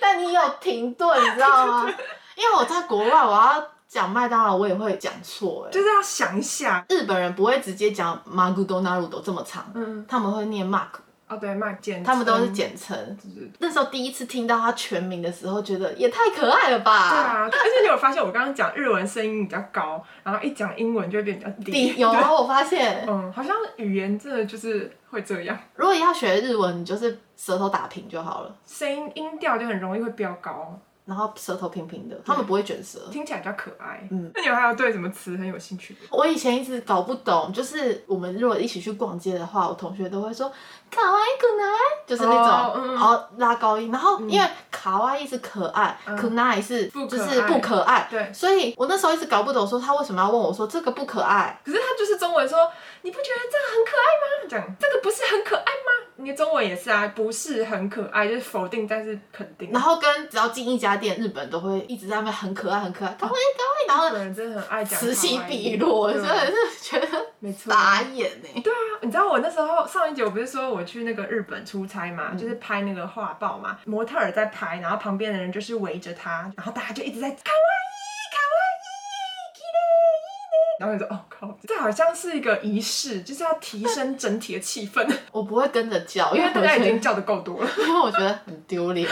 Speaker 2: 但你有停顿，你知
Speaker 1: [LAUGHS]
Speaker 2: 道吗？因为我在国外，我要讲麦当劳，我也会讲错、
Speaker 1: [LAUGHS]
Speaker 2: 哎，
Speaker 1: 就是要想一下，
Speaker 2: 日本人不会直接讲 m a g u d o n a r u 这么长，
Speaker 1: 嗯，
Speaker 2: 他们会念 Mark，
Speaker 1: 哦对，麦简，
Speaker 2: 他们都是，简称。
Speaker 1: 对对
Speaker 2: 那时候第一次听到他全名的时候，觉得也太可爱了吧？
Speaker 1: 啊，而且你有发现我刚刚讲日文声音比较高，然后一讲英文就会变比较低，
Speaker 2: 第有，
Speaker 1: [LAUGHS]
Speaker 2: 啊然后我发现，
Speaker 1: 嗯，好像语言真的就是会这样，
Speaker 2: 如果要学日文，你就是舌头打平就好了。
Speaker 1: 声音音调就很容易会飙高，
Speaker 2: 然后舌头平平的，他们不会卷舌。
Speaker 1: 听起来比较可爱。
Speaker 2: 嗯，
Speaker 1: 那你们还有对什么词很有兴趣？
Speaker 2: 我以前一直搞不懂，就是我们如果一起去逛街的话，我同学都会说“卡哇伊可爱”，就是那
Speaker 1: 哦
Speaker 2: 种，
Speaker 1: 嗯
Speaker 2: 然后拉高音，然后因为卡哇伊是可爱，可爱是
Speaker 1: 嗯不可
Speaker 2: 就
Speaker 1: 爱
Speaker 2: 是不可爱，
Speaker 1: 对
Speaker 2: 所以我那时候一直搞不懂，说他为什么要问我说这个不可爱，
Speaker 1: 可是他就是中文说，你不觉得这个很可爱吗？这样，这个不是很可爱吗？你的中文也是啊，不是很可爱，就是否定，但是肯定。
Speaker 2: 然后跟只要进一家店，日本都会一直在那边很可爱很可爱，卡哇伊卡哇伊，然
Speaker 1: 日
Speaker 2: 后
Speaker 1: 本人真的很爱讲
Speaker 2: 此起
Speaker 1: 卡哇伊
Speaker 2: 彼落，我
Speaker 1: 对
Speaker 2: 真的是觉得
Speaker 1: 没错。
Speaker 2: 傻眼欸呢、
Speaker 1: 对啊，你知道我那时候上一集我不是说我去那个日本出差嘛，
Speaker 2: 嗯
Speaker 1: 就是拍那个画报嘛，模特儿在拍，然后旁边的人就是围着他，然后大家就一直在卡哇伊卡哇伊，きれいね然后你说哦靠，这好像是一个仪式，就是要提升整体的气
Speaker 2: [LAUGHS]
Speaker 1: 氛，
Speaker 2: 我不会跟着叫，因
Speaker 1: 因
Speaker 2: 为
Speaker 1: 为大
Speaker 2: 我
Speaker 1: 家已
Speaker 2: 觉
Speaker 1: 经
Speaker 2: 得
Speaker 1: 叫的够多了。
Speaker 2: [LAUGHS] 因为我觉得很
Speaker 1: [LAUGHS]
Speaker 2: 丢脸，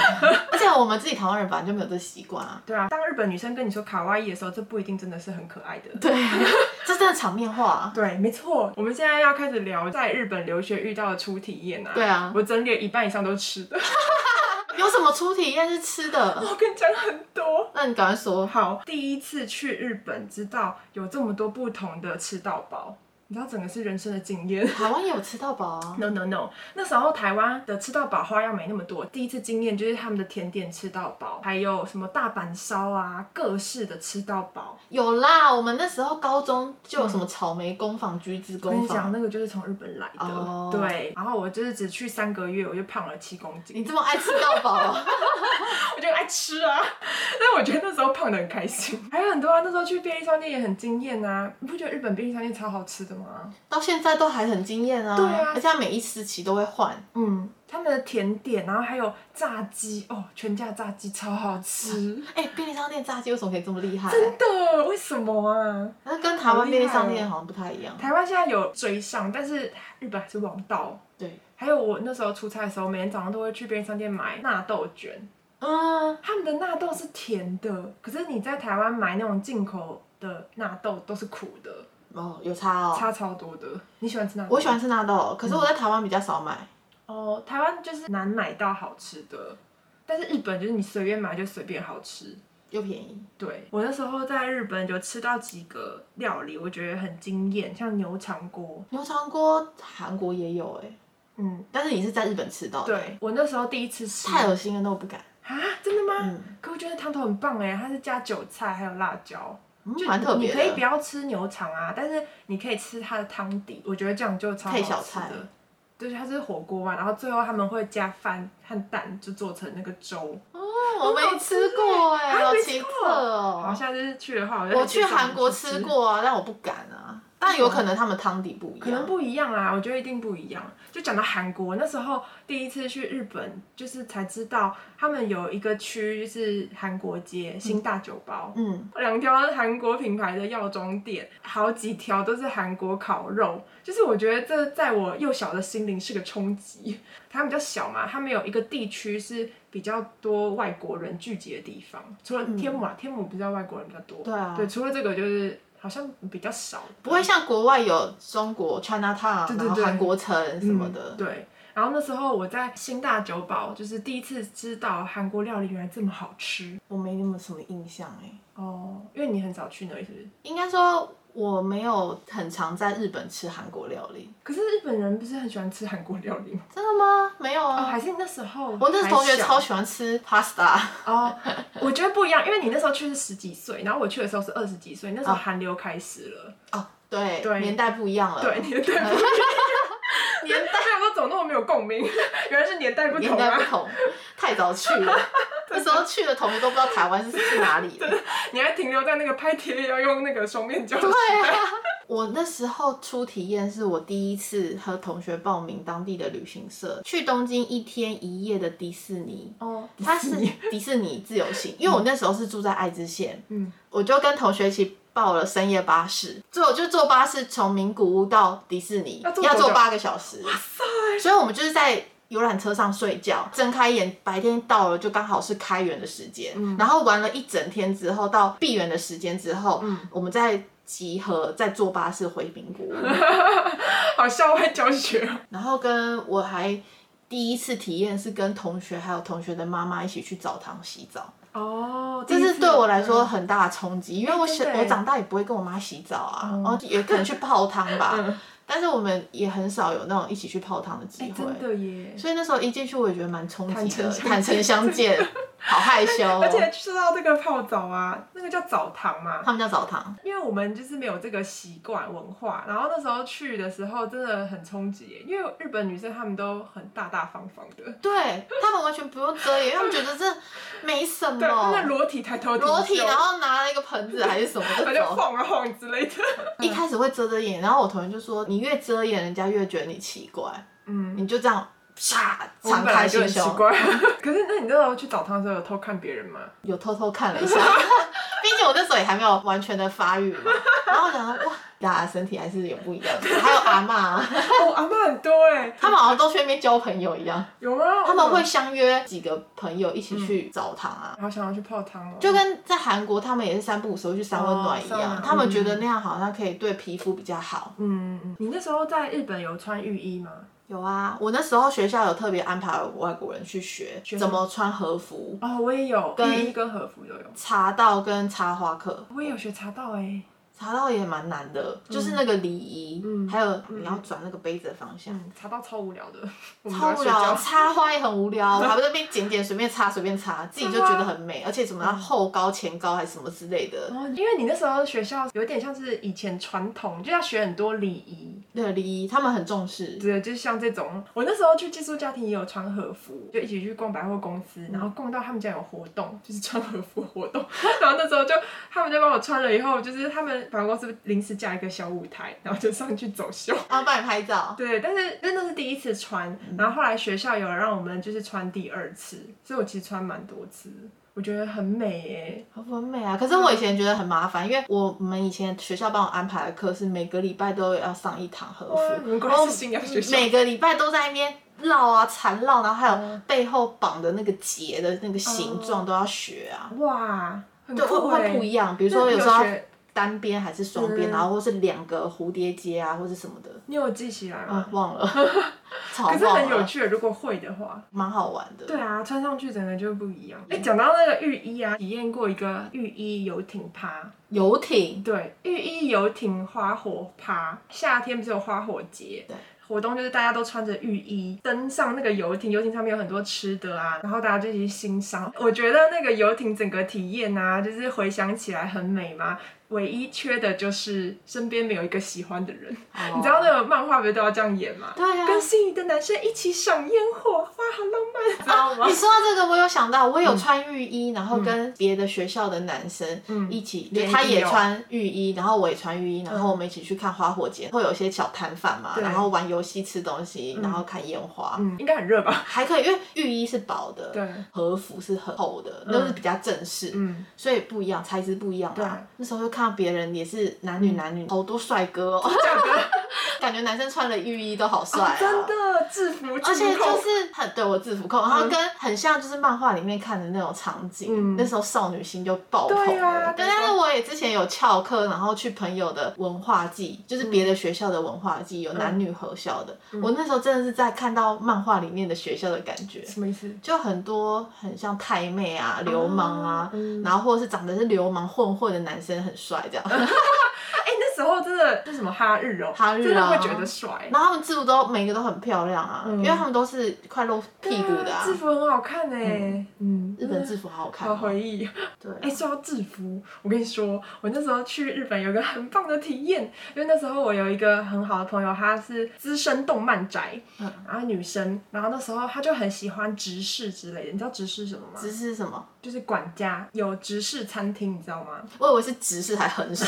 Speaker 2: 而且我们自己台湾人本来就没有这习惯啊。
Speaker 1: 对啊，当日本女生跟你说卡哇伊的时候，这不一定真的是很可爱的。
Speaker 2: 对， [LAUGHS] 这真的场面话、啊。
Speaker 1: 对，没错，我们现在要开始聊在日本留学遇到的初体验啊。
Speaker 2: 对啊
Speaker 1: 我整理了一半以上都是吃的， [LAUGHS]
Speaker 2: 有什么初体验是吃的？
Speaker 1: 我跟你讲很多。
Speaker 2: 那你赶快说。
Speaker 1: 好，第一次去日本，知道有这么多不同的吃到饱，你知道整个是人生的经验。 [LAUGHS]
Speaker 2: 台湾也有吃到饱啊，
Speaker 1: No no no，那时候台湾的吃到饱花样没那么多，第一次经验就是他们的甜点吃到饱，还有什么大阪烧啊，各式的吃到饱。
Speaker 2: 有啦。我们那时候高中就有什么草莓工坊、橘子
Speaker 1: 我跟
Speaker 2: 工
Speaker 1: 你讲，
Speaker 2: 坊。
Speaker 1: 那个就是从日本来的
Speaker 2: 哦
Speaker 1: 对。然后我就是只去三个月，我就胖了七公斤
Speaker 2: 你。这么爱吃到饱、
Speaker 1: [LAUGHS]
Speaker 2: 啊，
Speaker 1: 我就很爱吃啊， [LAUGHS] 但我觉得那时候胖的很开心。还有很多啊，那时候去便利商店也很惊艳啊！你不觉得日本便利商店超好吃的吗？
Speaker 2: 到现在都还很惊艳啊。
Speaker 1: 对啊
Speaker 2: 而且它每一时期都会换。
Speaker 1: 嗯，他们的甜点，然后还有炸鸡哦，全家炸鸡超好吃，
Speaker 2: 哎、便利商店炸鸡为什么可以这么厉害、
Speaker 1: 真的？为什么啊？
Speaker 2: 那跟台湾
Speaker 1: 好厉害
Speaker 2: 便利商店好像不太一样。
Speaker 1: 台湾现在有追上，但是日本还是王道。
Speaker 2: 对，
Speaker 1: 还有我那时候出差的时候，每天早上都会去便利商店买纳豆卷，
Speaker 2: 嗯，
Speaker 1: 他们的纳豆是甜的，可是你在台湾买那种进口的纳豆都是苦的。
Speaker 2: 哦，有差哦。
Speaker 1: 差超多的。你喜欢吃哪？
Speaker 2: 我喜欢吃纳豆，可是我在台湾比较少买。
Speaker 1: 哦，台湾就是难买到好吃的，但是日本就是你随便买就随便好吃。
Speaker 2: 又便宜，
Speaker 1: 对我那时候在日本就吃到几个料理，我觉得很惊艳，像牛肠锅。
Speaker 2: 牛肠锅韩国也有哎、
Speaker 1: 嗯，
Speaker 2: 但是你是在日本吃到的，
Speaker 1: 对我那时候第一次吃
Speaker 2: 太恶心了，那我不敢，
Speaker 1: 啊，真的吗？
Speaker 2: 嗯
Speaker 1: 可我觉得汤头很棒哎，它是加韭菜还有辣椒，
Speaker 2: 嗯
Speaker 1: 就
Speaker 2: 蛮、特
Speaker 1: 你
Speaker 2: 别的。
Speaker 1: 可以不要吃牛肠啊，但是你可以吃它的汤底，我觉得这样就超好
Speaker 2: 配小
Speaker 1: 吃
Speaker 2: 菜
Speaker 1: 的。就是它是火锅嘛，然后最后他们会加饭和蛋，就做成那个粥。
Speaker 2: 哦，我没吃过哎、
Speaker 1: 啊
Speaker 2: 好
Speaker 1: 没吃
Speaker 2: 奇
Speaker 1: 过
Speaker 2: 特
Speaker 1: 好，
Speaker 2: 哦。
Speaker 1: 下次去的话，我就
Speaker 2: 我去韩国吃
Speaker 1: 过，
Speaker 2: 过啊，但我不敢啊。 [LAUGHS] 但有可能他们汤底不一样，
Speaker 1: 可能不一样啊啦，我觉得一定不一样。就讲到韩国，那时候第一次去日本，就是才知道他们有一个区就是韩国街新大酒包。
Speaker 2: 嗯，
Speaker 1: 两条韩国品牌的药妆店，好几条都是韩国烤肉，就是我觉得这在我幼小的心灵是个冲击。他们比较小嘛，他们有一个地区是比较多外国人聚集的地方，除
Speaker 2: 嗯
Speaker 1: 了天母啊，天母不知道外国人比较多，
Speaker 2: 对啊
Speaker 1: 对，除了这个就是好像比较少，
Speaker 2: 不会像国外有中国 China Town，
Speaker 1: 对对
Speaker 2: 然后
Speaker 1: 对
Speaker 2: 韩国城什么的
Speaker 1: 嗯。对。然后那时候我在新大久保，就是第一次知道韩国料理原来这么好吃
Speaker 2: 我没那么什么印象哎、
Speaker 1: 哦，因为你很少去那里是不是？
Speaker 2: 应该说我没有很常在日本吃韩国料理，
Speaker 1: 可是日本人不是很喜欢吃韩国料理吗？
Speaker 2: 真的吗？没有
Speaker 1: 哦，
Speaker 2: 啊。
Speaker 1: 还是那时候
Speaker 2: 我那时候同学
Speaker 1: 还小
Speaker 2: 超喜欢吃 pasta，
Speaker 1: 哦，我觉得不一样，因为你那时候去是十几岁，然后我去的时候是二十几岁，那时
Speaker 2: 啊
Speaker 1: 候韩流开始了，
Speaker 2: 哦，对，
Speaker 1: 对
Speaker 2: 年代不一样了，
Speaker 1: 对，
Speaker 2: [LAUGHS]
Speaker 1: 你的对不起年代，我怎么那么没有共鸣？原来是年代不
Speaker 2: 年
Speaker 1: 同
Speaker 2: 代不
Speaker 1: 啊！
Speaker 2: 同，太
Speaker 1: [LAUGHS]
Speaker 2: 早去了。那时候去的同学都不知道台湾是去哪里了。
Speaker 1: 你还停留在那个拍贴要用那个双面胶，
Speaker 2: 对啊，我那时候初体验是我第一次和同学报名当地的旅行社，去东京一天一夜的迪士尼。
Speaker 1: 哦，
Speaker 2: 它是迪士尼自由行，因为我那时候是住在爱知县，
Speaker 1: 嗯，
Speaker 2: 我就跟同学一起报了深夜巴士，最后就坐巴士从名古屋到迪士尼，
Speaker 1: 要
Speaker 2: 要
Speaker 1: 坐
Speaker 2: 坐
Speaker 1: 多久
Speaker 2: 八个小时。哇塞！所以我们就是在游览车上睡觉，睁开眼，白天到了就刚好是开园的时间，然后玩了一整天之后，到闭园的时间之后，我们再集合，再坐巴士回名古屋，
Speaker 1: 好校外教学哦，
Speaker 2: 然后跟我还。第一次体验是跟同学还有同学的妈妈一起去澡堂洗澡，
Speaker 1: 哦，
Speaker 2: 这是对我来说很大的冲击，因为我小
Speaker 1: 真的耶
Speaker 2: 我长大也不会跟我妈洗澡啊，
Speaker 1: 嗯
Speaker 2: 然后也可能去泡汤吧，但是我们也很少有那种一起去泡汤的
Speaker 1: 哎
Speaker 2: 机会
Speaker 1: 真，的耶，
Speaker 2: 所以那时候一进去我也觉得蛮冲击的，
Speaker 1: 坦诚相见 [LAUGHS]
Speaker 2: 坦诚相见。好害羞、哦。
Speaker 1: 而且说到这个泡澡啊，那个叫澡堂嘛，
Speaker 2: 他们叫澡堂，
Speaker 1: 因为我们就是没有这个习惯文化，然后那时候去的时候真的很冲击耶，因为日本女生她们都很大大方方的，
Speaker 2: 哦对他们完全不用遮掩，因为他们觉得这没什
Speaker 1: 对，她们
Speaker 2: 么，
Speaker 1: 裸体抬头挺
Speaker 2: 裸体
Speaker 1: 胸
Speaker 2: 然后拿了一个盆子还是
Speaker 1: [LAUGHS]
Speaker 2: 什么
Speaker 1: 反
Speaker 2: 的
Speaker 1: 正
Speaker 2: 走。
Speaker 1: 晃啊晃之类的，
Speaker 2: 一开始会遮遮掩，然后我同学就说：“你越遮掩，人家越觉得你奇怪。”
Speaker 1: 嗯，
Speaker 2: 你就这样啪
Speaker 1: 我们 [LAUGHS]
Speaker 2: 敞
Speaker 1: 本来
Speaker 2: 开
Speaker 1: 就
Speaker 2: 心
Speaker 1: 很奇
Speaker 2: 胸，
Speaker 1: 怪。 [LAUGHS] 可是那你那时候去澡堂的时候有偷看别人
Speaker 2: [LAUGHS]
Speaker 1: 吗？
Speaker 2: 有偷偷看了一下， [LAUGHS] 毕竟我那时候也还没有完全的发育嘛。然后我想说，哇，大家身体还是有不一样的，还有阿嬷，啊
Speaker 1: 哦，阿妈很多哎、
Speaker 2: [LAUGHS] 他们好像都去那边交朋友一样，
Speaker 1: 有吗？哦
Speaker 2: 他们会相约几个朋友一起去澡堂啊。
Speaker 1: 好想要去泡汤哦，
Speaker 2: 就跟在韩国，他们也是三不五时会去三温暖一
Speaker 1: 哦桑
Speaker 2: 样，
Speaker 1: 拿
Speaker 2: 他们觉得那样好像可以对皮肤比较好。
Speaker 1: 嗯，嗯你那时候在日本有穿浴衣吗？
Speaker 2: 有啊，我那时候学校有特别安排外国人去学
Speaker 1: 学
Speaker 2: 怎么穿和服、
Speaker 1: 哦，我也有，
Speaker 2: 跟
Speaker 1: 浴衣跟和服都有。
Speaker 2: 茶道跟插花课。
Speaker 1: 我也有学茶道哎、
Speaker 2: 茶道也蛮难的，就是那个礼仪，
Speaker 1: 嗯
Speaker 2: 还有你要转那个杯子的方向，
Speaker 1: 嗯，茶道超无聊的，我们都在
Speaker 2: 超无
Speaker 1: 睡
Speaker 2: 聊。哦
Speaker 1: 觉。
Speaker 2: 插花也很无 [LAUGHS] 聊，我还不在那边剪剪随便插随便插，嗯自己就觉得很美，而且什么要后高前高还是什么之类的，
Speaker 1: 哦，因为你那时候学校有点像是以前传统，就要学很多礼仪，
Speaker 2: 对礼仪他们很重视。
Speaker 1: 对，就是像这种。我那时候去寄宿家庭也有穿和服，就一起去逛百货公司，然后逛到他们家有活动，就是穿和服活动。 [LAUGHS] 然后那时候就他们就帮我穿了以后，就是他们百货公司临时架一个小舞台，然后就上去走秀。
Speaker 2: 然后帮你拍照，
Speaker 1: 对，但是真的是第一次穿，然后后来学校有让我们就是穿第二次，所以我其实穿蛮多次，我觉得很美耶、
Speaker 2: 很美啊！可是我以前觉得很麻烦，因为我们以前学校帮我安排的课是每个礼拜都要上一堂和
Speaker 1: 哇，
Speaker 2: 服，
Speaker 1: 你们果
Speaker 2: 然后
Speaker 1: 然是新娘学校，
Speaker 2: 每个礼拜都在那边绕啊缠绕，然后还有背后绑的那个结的那个形状都要学啊。
Speaker 1: 哇，很
Speaker 2: 对，会
Speaker 1: 酷
Speaker 2: 会不
Speaker 1: 哎、
Speaker 2: 一样。比如说
Speaker 1: 那你
Speaker 2: 有
Speaker 1: 有
Speaker 2: 时候要
Speaker 1: 学
Speaker 2: 单边还是双边，
Speaker 1: 嗯
Speaker 2: 然后或是两个蝴蝶结啊，或是什么的，
Speaker 1: 你有记起来
Speaker 2: 啊
Speaker 1: 吗？
Speaker 2: 忘
Speaker 1: [LAUGHS]
Speaker 2: 了，超
Speaker 1: 嗯可是很
Speaker 2: 忘
Speaker 1: 有
Speaker 2: 了，
Speaker 1: 趣，如果会的话。
Speaker 2: 蛮好玩的。
Speaker 1: 啊对啊，穿上去整个就不一样。哎、讲到那个浴衣啊，体验过一个浴衣游艇趴，
Speaker 2: 游艇
Speaker 1: 对，浴衣游艇花火趴，夏天不是有花火节？
Speaker 2: 对。
Speaker 1: 活动就是大家都穿着浴衣登上那个游艇，游艇上面有很多吃的啊，然后大家就一起欣赏。我觉得那个游艇整个体验啊，就是回想起来很美嘛。唯一缺的就是身边没有一个喜欢的人。你知道那个漫画不是都要这样演吗？
Speaker 2: 哦对啊。
Speaker 1: 跟心仪的男生一起赏烟火，哇，好浪漫，知道吗？
Speaker 2: 你说到这个，我有想到，我
Speaker 1: 嗯
Speaker 2: 有穿浴衣，然后跟别的学校的男生
Speaker 1: 嗯
Speaker 2: 一起，就
Speaker 1: 联谊
Speaker 2: 他也
Speaker 1: 哦
Speaker 2: 穿浴衣，然后我也穿浴衣，然后我们一起去看花火节，会有一些小摊贩嘛，
Speaker 1: 对
Speaker 2: 然后玩游戏、吃东西，然后看烟花，
Speaker 1: 嗯，应该很热吧？
Speaker 2: 还可以，因为浴衣是薄的，
Speaker 1: 对，
Speaker 2: 和服是很厚的，都是比较正式，
Speaker 1: 嗯，
Speaker 2: 所以不一样，材质不一样
Speaker 1: 对啊嗯
Speaker 2: 嘛。那时候就看到别人也是男女男女，好多帅哥哦， [LAUGHS]
Speaker 1: 这样子
Speaker 2: 感觉男生穿了浴衣都好帅
Speaker 1: [LAUGHS]
Speaker 2: 啊。
Speaker 1: 哦真的制服，
Speaker 2: 而且
Speaker 1: 制服
Speaker 2: 就
Speaker 1: 控
Speaker 2: 是很对我制服控，然后跟很像就是漫画里面看的那种场景，
Speaker 1: 嗯
Speaker 2: 那时候少女心就爆棚
Speaker 1: 对啊
Speaker 2: 了。
Speaker 1: 对
Speaker 2: 但是我也之前有翘课，然后去朋友的文化
Speaker 1: 嗯
Speaker 2: 季，就是别的学校的文化季，有男女合校的。我那时候真的是在看到漫画里面的学校的感觉，
Speaker 1: 什么意思？
Speaker 2: 就很多很像太妹啊、流氓啊，
Speaker 1: 嗯
Speaker 2: 然后或者是长得是流氓混混的男生很帅
Speaker 1: [LAUGHS]
Speaker 2: 这样，
Speaker 1: 哎、那时候真的是什么哈日哦，
Speaker 2: 哈日啊
Speaker 1: 真的会觉得帅，
Speaker 2: 然后他们制服都每个都很漂亮啊，因为他们都是快露屁股的啊
Speaker 1: 嗯制。服很好看哎、嗯，
Speaker 2: 日本制服好好看、
Speaker 1: 好
Speaker 2: 哦，
Speaker 1: 回忆。
Speaker 2: 对啊，
Speaker 1: 哎、说到制服，我跟你说，我那时候去日本有个很棒的体验，因为那时候我有一个很好的朋友，她是资深动漫宅，
Speaker 2: 嗯
Speaker 1: 然后女生，然后那时候她就很喜欢直视之类的，你知道直视是什么吗？
Speaker 2: 直视是什么？
Speaker 1: 就是管家有直视餐厅，你知道吗？
Speaker 2: 我以为是直视还横
Speaker 1: [LAUGHS]
Speaker 2: 视，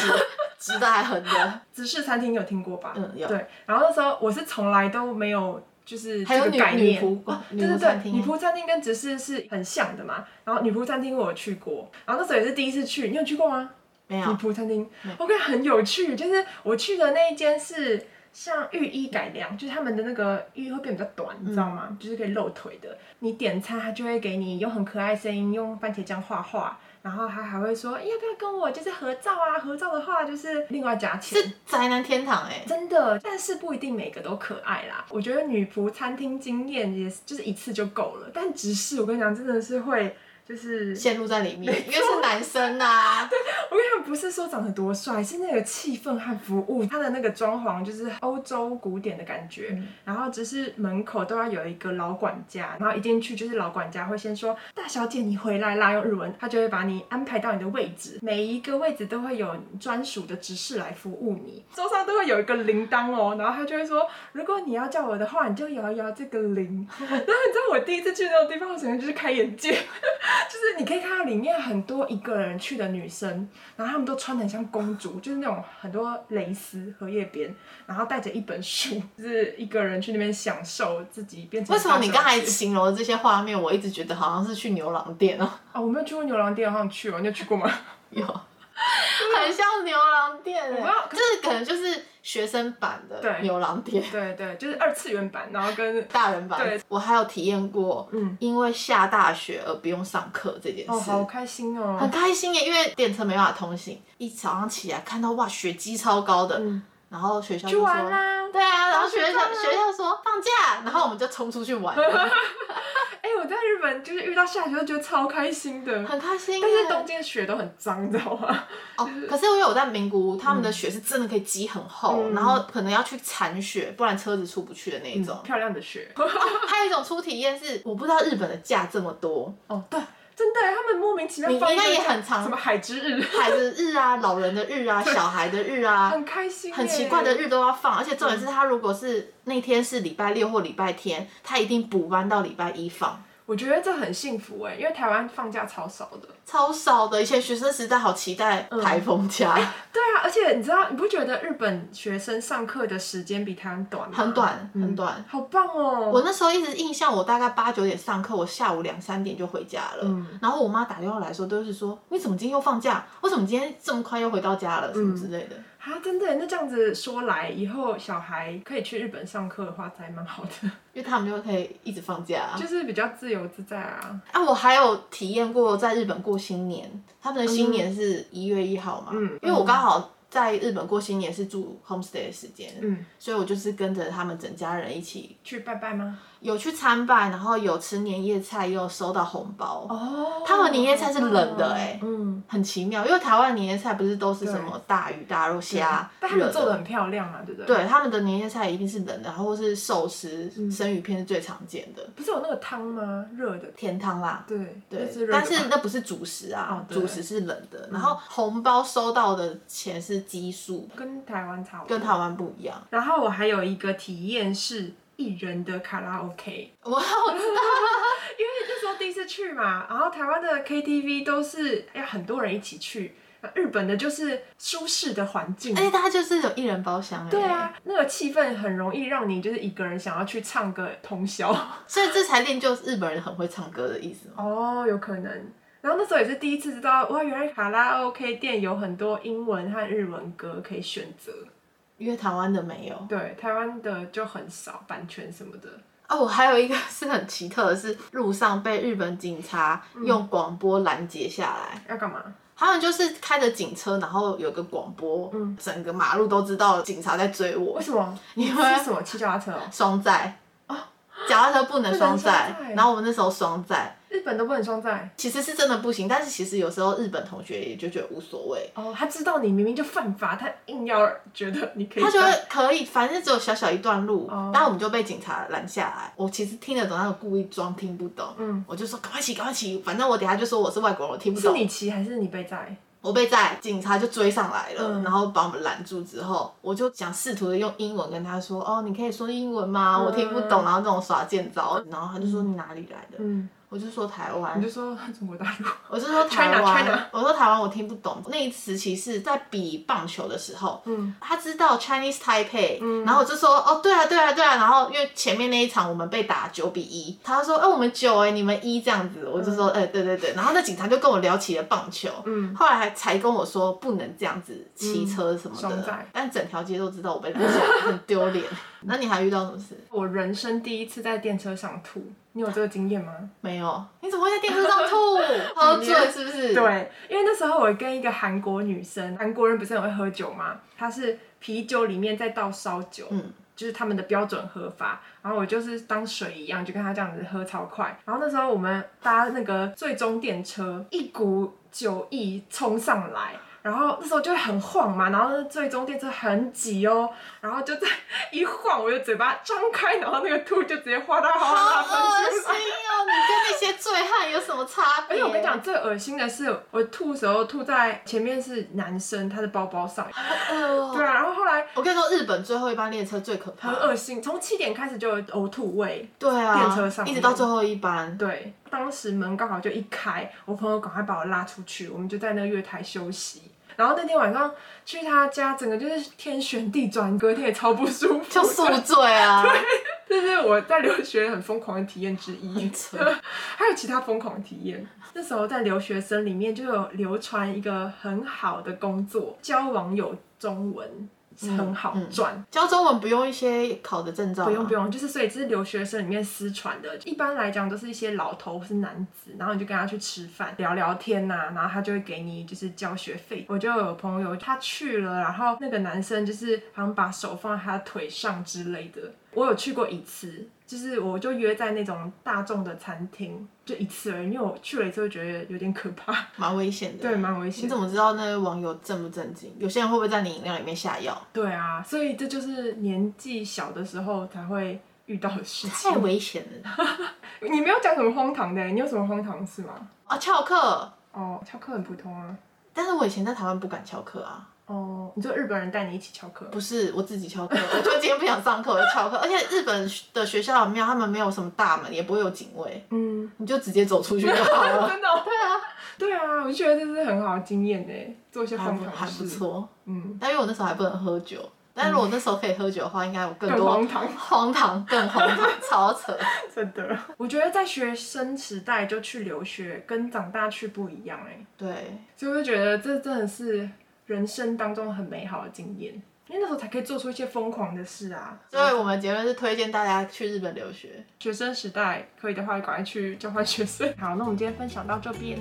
Speaker 2: 直的还横的，
Speaker 1: 直视餐厅有听过吧？
Speaker 2: 嗯有
Speaker 1: 对，然后那时候我是从来都没有。就是
Speaker 2: 还有
Speaker 1: 这个
Speaker 2: 女
Speaker 1: 概
Speaker 2: 女
Speaker 1: 念
Speaker 2: 仆
Speaker 1: 哇
Speaker 2: 女
Speaker 1: 对
Speaker 2: 仆
Speaker 1: 对对，
Speaker 2: 餐厅
Speaker 1: 女仆餐厅跟直视是很像的嘛。然后女仆餐厅我有去过，然后那时候也是第一次去，你有去过吗？
Speaker 2: 没
Speaker 1: 女
Speaker 2: 有
Speaker 1: 仆餐厅，我感觉很有趣。就是我去的那一间是像浴衣改良，就是他们的那个浴衣会变比较短，你知道吗？就是可以露腿的。你点餐，他就会给你用很可爱的声音，用番茄酱画画，然后他还会说哎要不要跟我就是合照啊？合照的话就是另外加钱。
Speaker 2: 是宅男天堂哎、
Speaker 1: 真的，但是不一定每个都可爱啦。我觉得女仆餐厅经验也是就是一次就够了，但直视我跟你讲，真的是会就是
Speaker 2: 陷入在里面，因为是男生呐、啊
Speaker 1: 我跟你讲，不是说长得多帅，是那个气氛和服务，它的那个装潢就是欧洲古典的感觉。然后只是门口都要有一个老管家，然后一进去就是老管家会先说：“大小姐，你回来啦！”用日文，他就会把你安排到你的位置，每一个位置都会有专属的执事来服务你，桌上都会有一个铃铛哦，然后他就会说：“如果你要叫我的话，你就摇一摇这个铃。” [LAUGHS] 然后你知道我第一次去那种地方，我整个就是开眼界。就是你可以看到里面很多一个人去的女生，然后她们都穿得很像公主，就是那种很多蕾丝、荷叶边，然后带着一本书，就是一个人去那边享受自己变成。
Speaker 2: 为什么你刚才形容的这些画面，我一直觉得好像是去牛郎
Speaker 1: [LAUGHS]
Speaker 2: 店哦？
Speaker 1: 哦，我没有去过牛郎店，好想去哦，你有去过吗？
Speaker 2: 有，很像牛郎店
Speaker 1: 我不
Speaker 2: 哎
Speaker 1: 知道，
Speaker 2: 就是可能就是学生版的
Speaker 1: 对
Speaker 2: 牛郎店，
Speaker 1: [LAUGHS] 对对，就是二次元版，然后跟哦
Speaker 2: 大人版
Speaker 1: 对。
Speaker 2: 我还有体验过，
Speaker 1: 嗯，
Speaker 2: 因为下大雪而不用上课这件
Speaker 1: 哦，
Speaker 2: 事。
Speaker 1: 好开心
Speaker 2: 很
Speaker 1: 哦。
Speaker 2: 开心耶，因为电车没办法通行。一早上起来看到哇，雪积超高的，
Speaker 1: 嗯，
Speaker 2: 然后学校就
Speaker 1: 去
Speaker 2: 说
Speaker 1: 玩啦！
Speaker 2: 对啊，然后
Speaker 1: 然后
Speaker 2: 学
Speaker 1: 去
Speaker 2: 校
Speaker 1: 干嘛
Speaker 2: 学校说放假，然后我们就冲出
Speaker 1: [LAUGHS]
Speaker 2: 去玩，
Speaker 1: 哎、我在日本就是遇到下雪都觉得超开心的，
Speaker 2: 很开心耶。
Speaker 1: 但是东京的雪都很脏，你知道吗？
Speaker 2: 哦，可是因为我在名古屋，他们的雪是真的可以积很厚，
Speaker 1: 嗯
Speaker 2: 然后可能要去铲雪，不然车子出不去的那一种。
Speaker 1: 漂亮的雪。嗯
Speaker 2: 还有一种初体验是，我不知道日本的假这么多，
Speaker 1: 哦，对，真的耶，他们莫名其妙
Speaker 2: 你
Speaker 1: 放
Speaker 2: 应该
Speaker 1: 一个
Speaker 2: 也很常
Speaker 1: 什么海之日，
Speaker 2: 孩子日啊、老人的日
Speaker 1: [LAUGHS]
Speaker 2: 啊、小孩的日啊，
Speaker 1: 很开心，
Speaker 2: 很奇怪的。日都要放，而且重点是他如果是那天是礼拜六或礼拜天，他一定补班到礼拜一放，
Speaker 1: 我觉得这很幸福哎，因为台湾放假超少的。
Speaker 2: 超少的。以前学生时代好期待台风假，
Speaker 1: 对啊，而且你知道，你不觉得日本学生上课的时间比台湾短吗？
Speaker 2: 很，短
Speaker 1: 嗯
Speaker 2: 很短。
Speaker 1: 好棒哦！
Speaker 2: 我那时候一直印象，我大概八九点上课，我下午两三点就回家了。
Speaker 1: 嗯
Speaker 2: 然后我妈打电话来说，都是说你怎么今天又放假？为什么今天这么快又回到家了？什么之类的。
Speaker 1: 啊，真的耶，那这样子说来，以后小孩可以去日本上课的话，才蛮好的，
Speaker 2: 因为他们就可以一直放假、啊。
Speaker 1: 就是比较自由自在啊。
Speaker 2: 啊，我还有体验过在日本过新年，他们的新年是一月一号嘛，
Speaker 1: 嗯
Speaker 2: 因为我刚好在日本过新年是住 homestay 的时间，
Speaker 1: 嗯，
Speaker 2: 所以我就是跟着他们整家人一起
Speaker 1: 去拜拜吗？
Speaker 2: 有去参拜，然后有吃年夜菜，也有收到红包，
Speaker 1: 哦
Speaker 2: 他们年夜菜是冷的耶
Speaker 1: 嗯，
Speaker 2: 很奇妙，因为台湾年夜菜不是都是
Speaker 1: 对
Speaker 2: 什么大鱼大肉虾
Speaker 1: 但他
Speaker 2: 热
Speaker 1: 们做的很漂亮啊嘛，对不对？，
Speaker 2: 对，他们的年夜菜一定是冷的，然后或是寿司、
Speaker 1: 嗯
Speaker 2: 生鱼片是最常见的，
Speaker 1: 不是有那个汤吗？热的，
Speaker 2: 甜汤啦，
Speaker 1: 对，
Speaker 2: 对
Speaker 1: 那是，热的
Speaker 2: 但
Speaker 1: 吧
Speaker 2: 是那不是主食啊
Speaker 1: 哦，对嗯
Speaker 2: 主食是冷的。然后红包收到的钱是奇数，
Speaker 1: 跟台湾差不多。
Speaker 2: 跟台湾不一样。
Speaker 1: 然后我还有一个体验是一人的卡拉 OK，因
Speaker 2: 哇，我
Speaker 1: 嗯
Speaker 2: 知道，
Speaker 1: 为那时候第一次去嘛，然后台湾的 KTV 都是要很多人一起去，那日本的就是舒适的环境。
Speaker 2: 而且哎它就是有一人包厢哎。
Speaker 1: 对，啊，那个气氛很容易让你就是一个人想要去唱个通
Speaker 2: [LAUGHS]
Speaker 1: 宵。
Speaker 2: 所以这才练就日本人很会唱歌的意思嘛。
Speaker 1: 哦，有可能。然后那时候也是第一次知道，哇，原来卡拉 OK 店有很多英文和日文歌可以选择。
Speaker 2: 因为台湾的没有
Speaker 1: 对，台湾的就很少版权什么的。
Speaker 2: 啊。我还有一个 [LAUGHS] 是很奇特的是，路上被日本警察
Speaker 1: 嗯
Speaker 2: 用广播拦截下来，
Speaker 1: 要干嘛？
Speaker 2: 他们就是开着警车，然后有个广播，
Speaker 1: 嗯
Speaker 2: 整个马路都知道警察在追我
Speaker 1: 为。什么？
Speaker 2: 你
Speaker 1: 是
Speaker 2: 会
Speaker 1: 什么骑脚踏车哦？
Speaker 2: 双载脚踏车不能
Speaker 1: 不能
Speaker 2: 双载
Speaker 1: 双载，
Speaker 2: 然后我们那时候双载，
Speaker 1: 日本都不能双载
Speaker 2: 其实是真的不行，但是其实有时候日本同学也就觉得无所谓，
Speaker 1: 哦，他知道你明明就犯法，他硬要觉得你可以
Speaker 2: 他
Speaker 1: 上，
Speaker 2: 觉得可以，反正只有小小一段路
Speaker 1: 哦，
Speaker 2: 然后我们就被警察拦下来。我其实听得懂，但我故意装听不懂，
Speaker 1: 嗯，
Speaker 2: 我就说赶快骑，赶快骑，反正我等下就说我是外国人，我听不
Speaker 1: 是
Speaker 2: 懂。
Speaker 1: 你骑还是你被载？
Speaker 2: 我被载，警察就追上来了，
Speaker 1: 嗯
Speaker 2: 然后把我们拦住之后，我就想试图的用英文跟他说，哦，你可以说英文吗？
Speaker 1: 嗯
Speaker 2: 我听不懂，然后这种耍贱招，然后他就说你哪里来的？
Speaker 1: 嗯，
Speaker 2: 我就说台湾
Speaker 1: 你，就说 [LAUGHS] 中国大陆，
Speaker 2: 我是说台
Speaker 1: China,
Speaker 2: 湾
Speaker 1: China，
Speaker 2: 我说台湾我听不懂。那一时期是在比棒球的时候，
Speaker 1: 嗯，
Speaker 2: 他知道 Chinese Taipei，、然后我就说哦对啊对啊对啊，然后因为前面那一场我们被打九比一，他说哎、我们九哎、你们一这样子，我就说哎、对对对，然后那警察就跟我聊起了棒球，
Speaker 1: 嗯
Speaker 2: 后来还才跟我说不能这样子骑车什么
Speaker 1: 嗯
Speaker 2: 的，
Speaker 1: 双载
Speaker 2: 但整条街都知道我被拦下，很丢脸。那你还遇到什么事？
Speaker 1: 我人生第一次在电车上吐，你有这个经验吗？
Speaker 2: 没有？你怎么会在电车上吐？喝醉是不是？
Speaker 1: 对，因为那时候我跟一个韩国女生，韩国人不是很会喝酒吗？她是啤酒里面再倒烧酒，
Speaker 2: 嗯
Speaker 1: 就是他们的标准喝法。然后我就是当水一样，就跟她这样子喝超快。然后那时候我们搭那个最终电车，一股酒意冲上来。然后那时候就会很晃嘛，然后最终电车很挤哦，然后就在一晃，我的嘴巴张开，然后那个吐就直接哗啦哗啦
Speaker 2: 好恶
Speaker 1: 喷
Speaker 2: 心
Speaker 1: 出来。
Speaker 2: 哦！你跟那些醉汉有什么差
Speaker 1: 而
Speaker 2: 别？
Speaker 1: 且哎我跟你讲，最恶心的是，我吐的时候吐在前面是男生他的包包上，
Speaker 2: 呃，
Speaker 1: 对啊，然后后来
Speaker 2: 我跟你说，日本最后一班列车最可怕
Speaker 1: 很，恶心，从七点开始就有呕吐味，
Speaker 2: 对啊，
Speaker 1: 电呃车上面
Speaker 2: 一直到最后一班，
Speaker 1: 对，当时门刚好就一开，我朋友赶快把我拉出去，我们就在那个月台休息。然后那天晚上去他家，整个就是天旋地转，隔天也超不舒服。
Speaker 2: 就宿醉
Speaker 1: [LAUGHS]
Speaker 2: 啊，
Speaker 1: 这是我在留学很疯狂的体验之一
Speaker 2: 很。扯
Speaker 1: 还有其他疯狂的体验。那时候在留学生里面就有流传一个很好的工作，教网友中文是很好赚。
Speaker 2: 教中文不用一些考的证照吗，
Speaker 1: 不用不用，就是所以这是留学生里面私传的。一般来讲都是一些老头或是男子，然后你就跟他去吃饭聊聊天呐、然后他就会给你就是交学费。我就有朋友他去了，然后那个男生就是好像把手放在他腿上之类的。我有去过一次，就是我就约在那种大众的餐厅，就一次而已，因为我去了一次，我觉得有点可怕，
Speaker 2: 蛮危险的。
Speaker 1: 对，蛮危
Speaker 2: 你
Speaker 1: 险
Speaker 2: 怎。么知道那个网友正不正经？有些人会不会在你饮料里面下药？
Speaker 1: 对啊，所以这就是年纪小的时候才会遇到的事情
Speaker 2: 太。危险了
Speaker 1: 你没有讲什么荒唐的、你有什么荒唐的事吗？
Speaker 2: 啊！翘课，
Speaker 1: 哦，翘课很普通啊。
Speaker 2: 但是我以前在台湾不敢翘课啊，
Speaker 1: 哦，你说日本人带你一起翘课？
Speaker 2: 不是我自己翘课，我就今天不想上课，我就翘课。而且日本的学校很妙，他们没有什么大门，也不会有警卫，
Speaker 1: 嗯，
Speaker 2: 你就直接走出去就好了。 [LAUGHS]
Speaker 1: 真的、对啊，对啊，我就觉得这是很好的经验呢，做一些
Speaker 2: 还
Speaker 1: 荒
Speaker 2: 不
Speaker 1: 唐
Speaker 2: 还
Speaker 1: 的事。
Speaker 2: 不错，
Speaker 1: 嗯，
Speaker 2: 但因为我那时候还不能喝酒，但如果那时候可以喝酒的话，应该有更
Speaker 1: 更
Speaker 2: 多
Speaker 1: 荒唐
Speaker 2: [LAUGHS] 荒唐更荒唐，超扯。
Speaker 1: [LAUGHS] 真的。我觉得在学生时代就去留学，跟长大去不一样哎，
Speaker 2: 对，
Speaker 1: 所以我就觉得这真的是人生当中很美好的经验，因为那时候才可以做出一些疯狂的事啊。
Speaker 2: 所以我们结论是推荐大家去日本留学。
Speaker 1: 学生时代可以的话，赶快去交换学生。好，那我们今天分享到这边，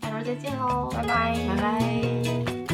Speaker 2: 下周再见喽，
Speaker 1: 拜拜，
Speaker 2: 拜拜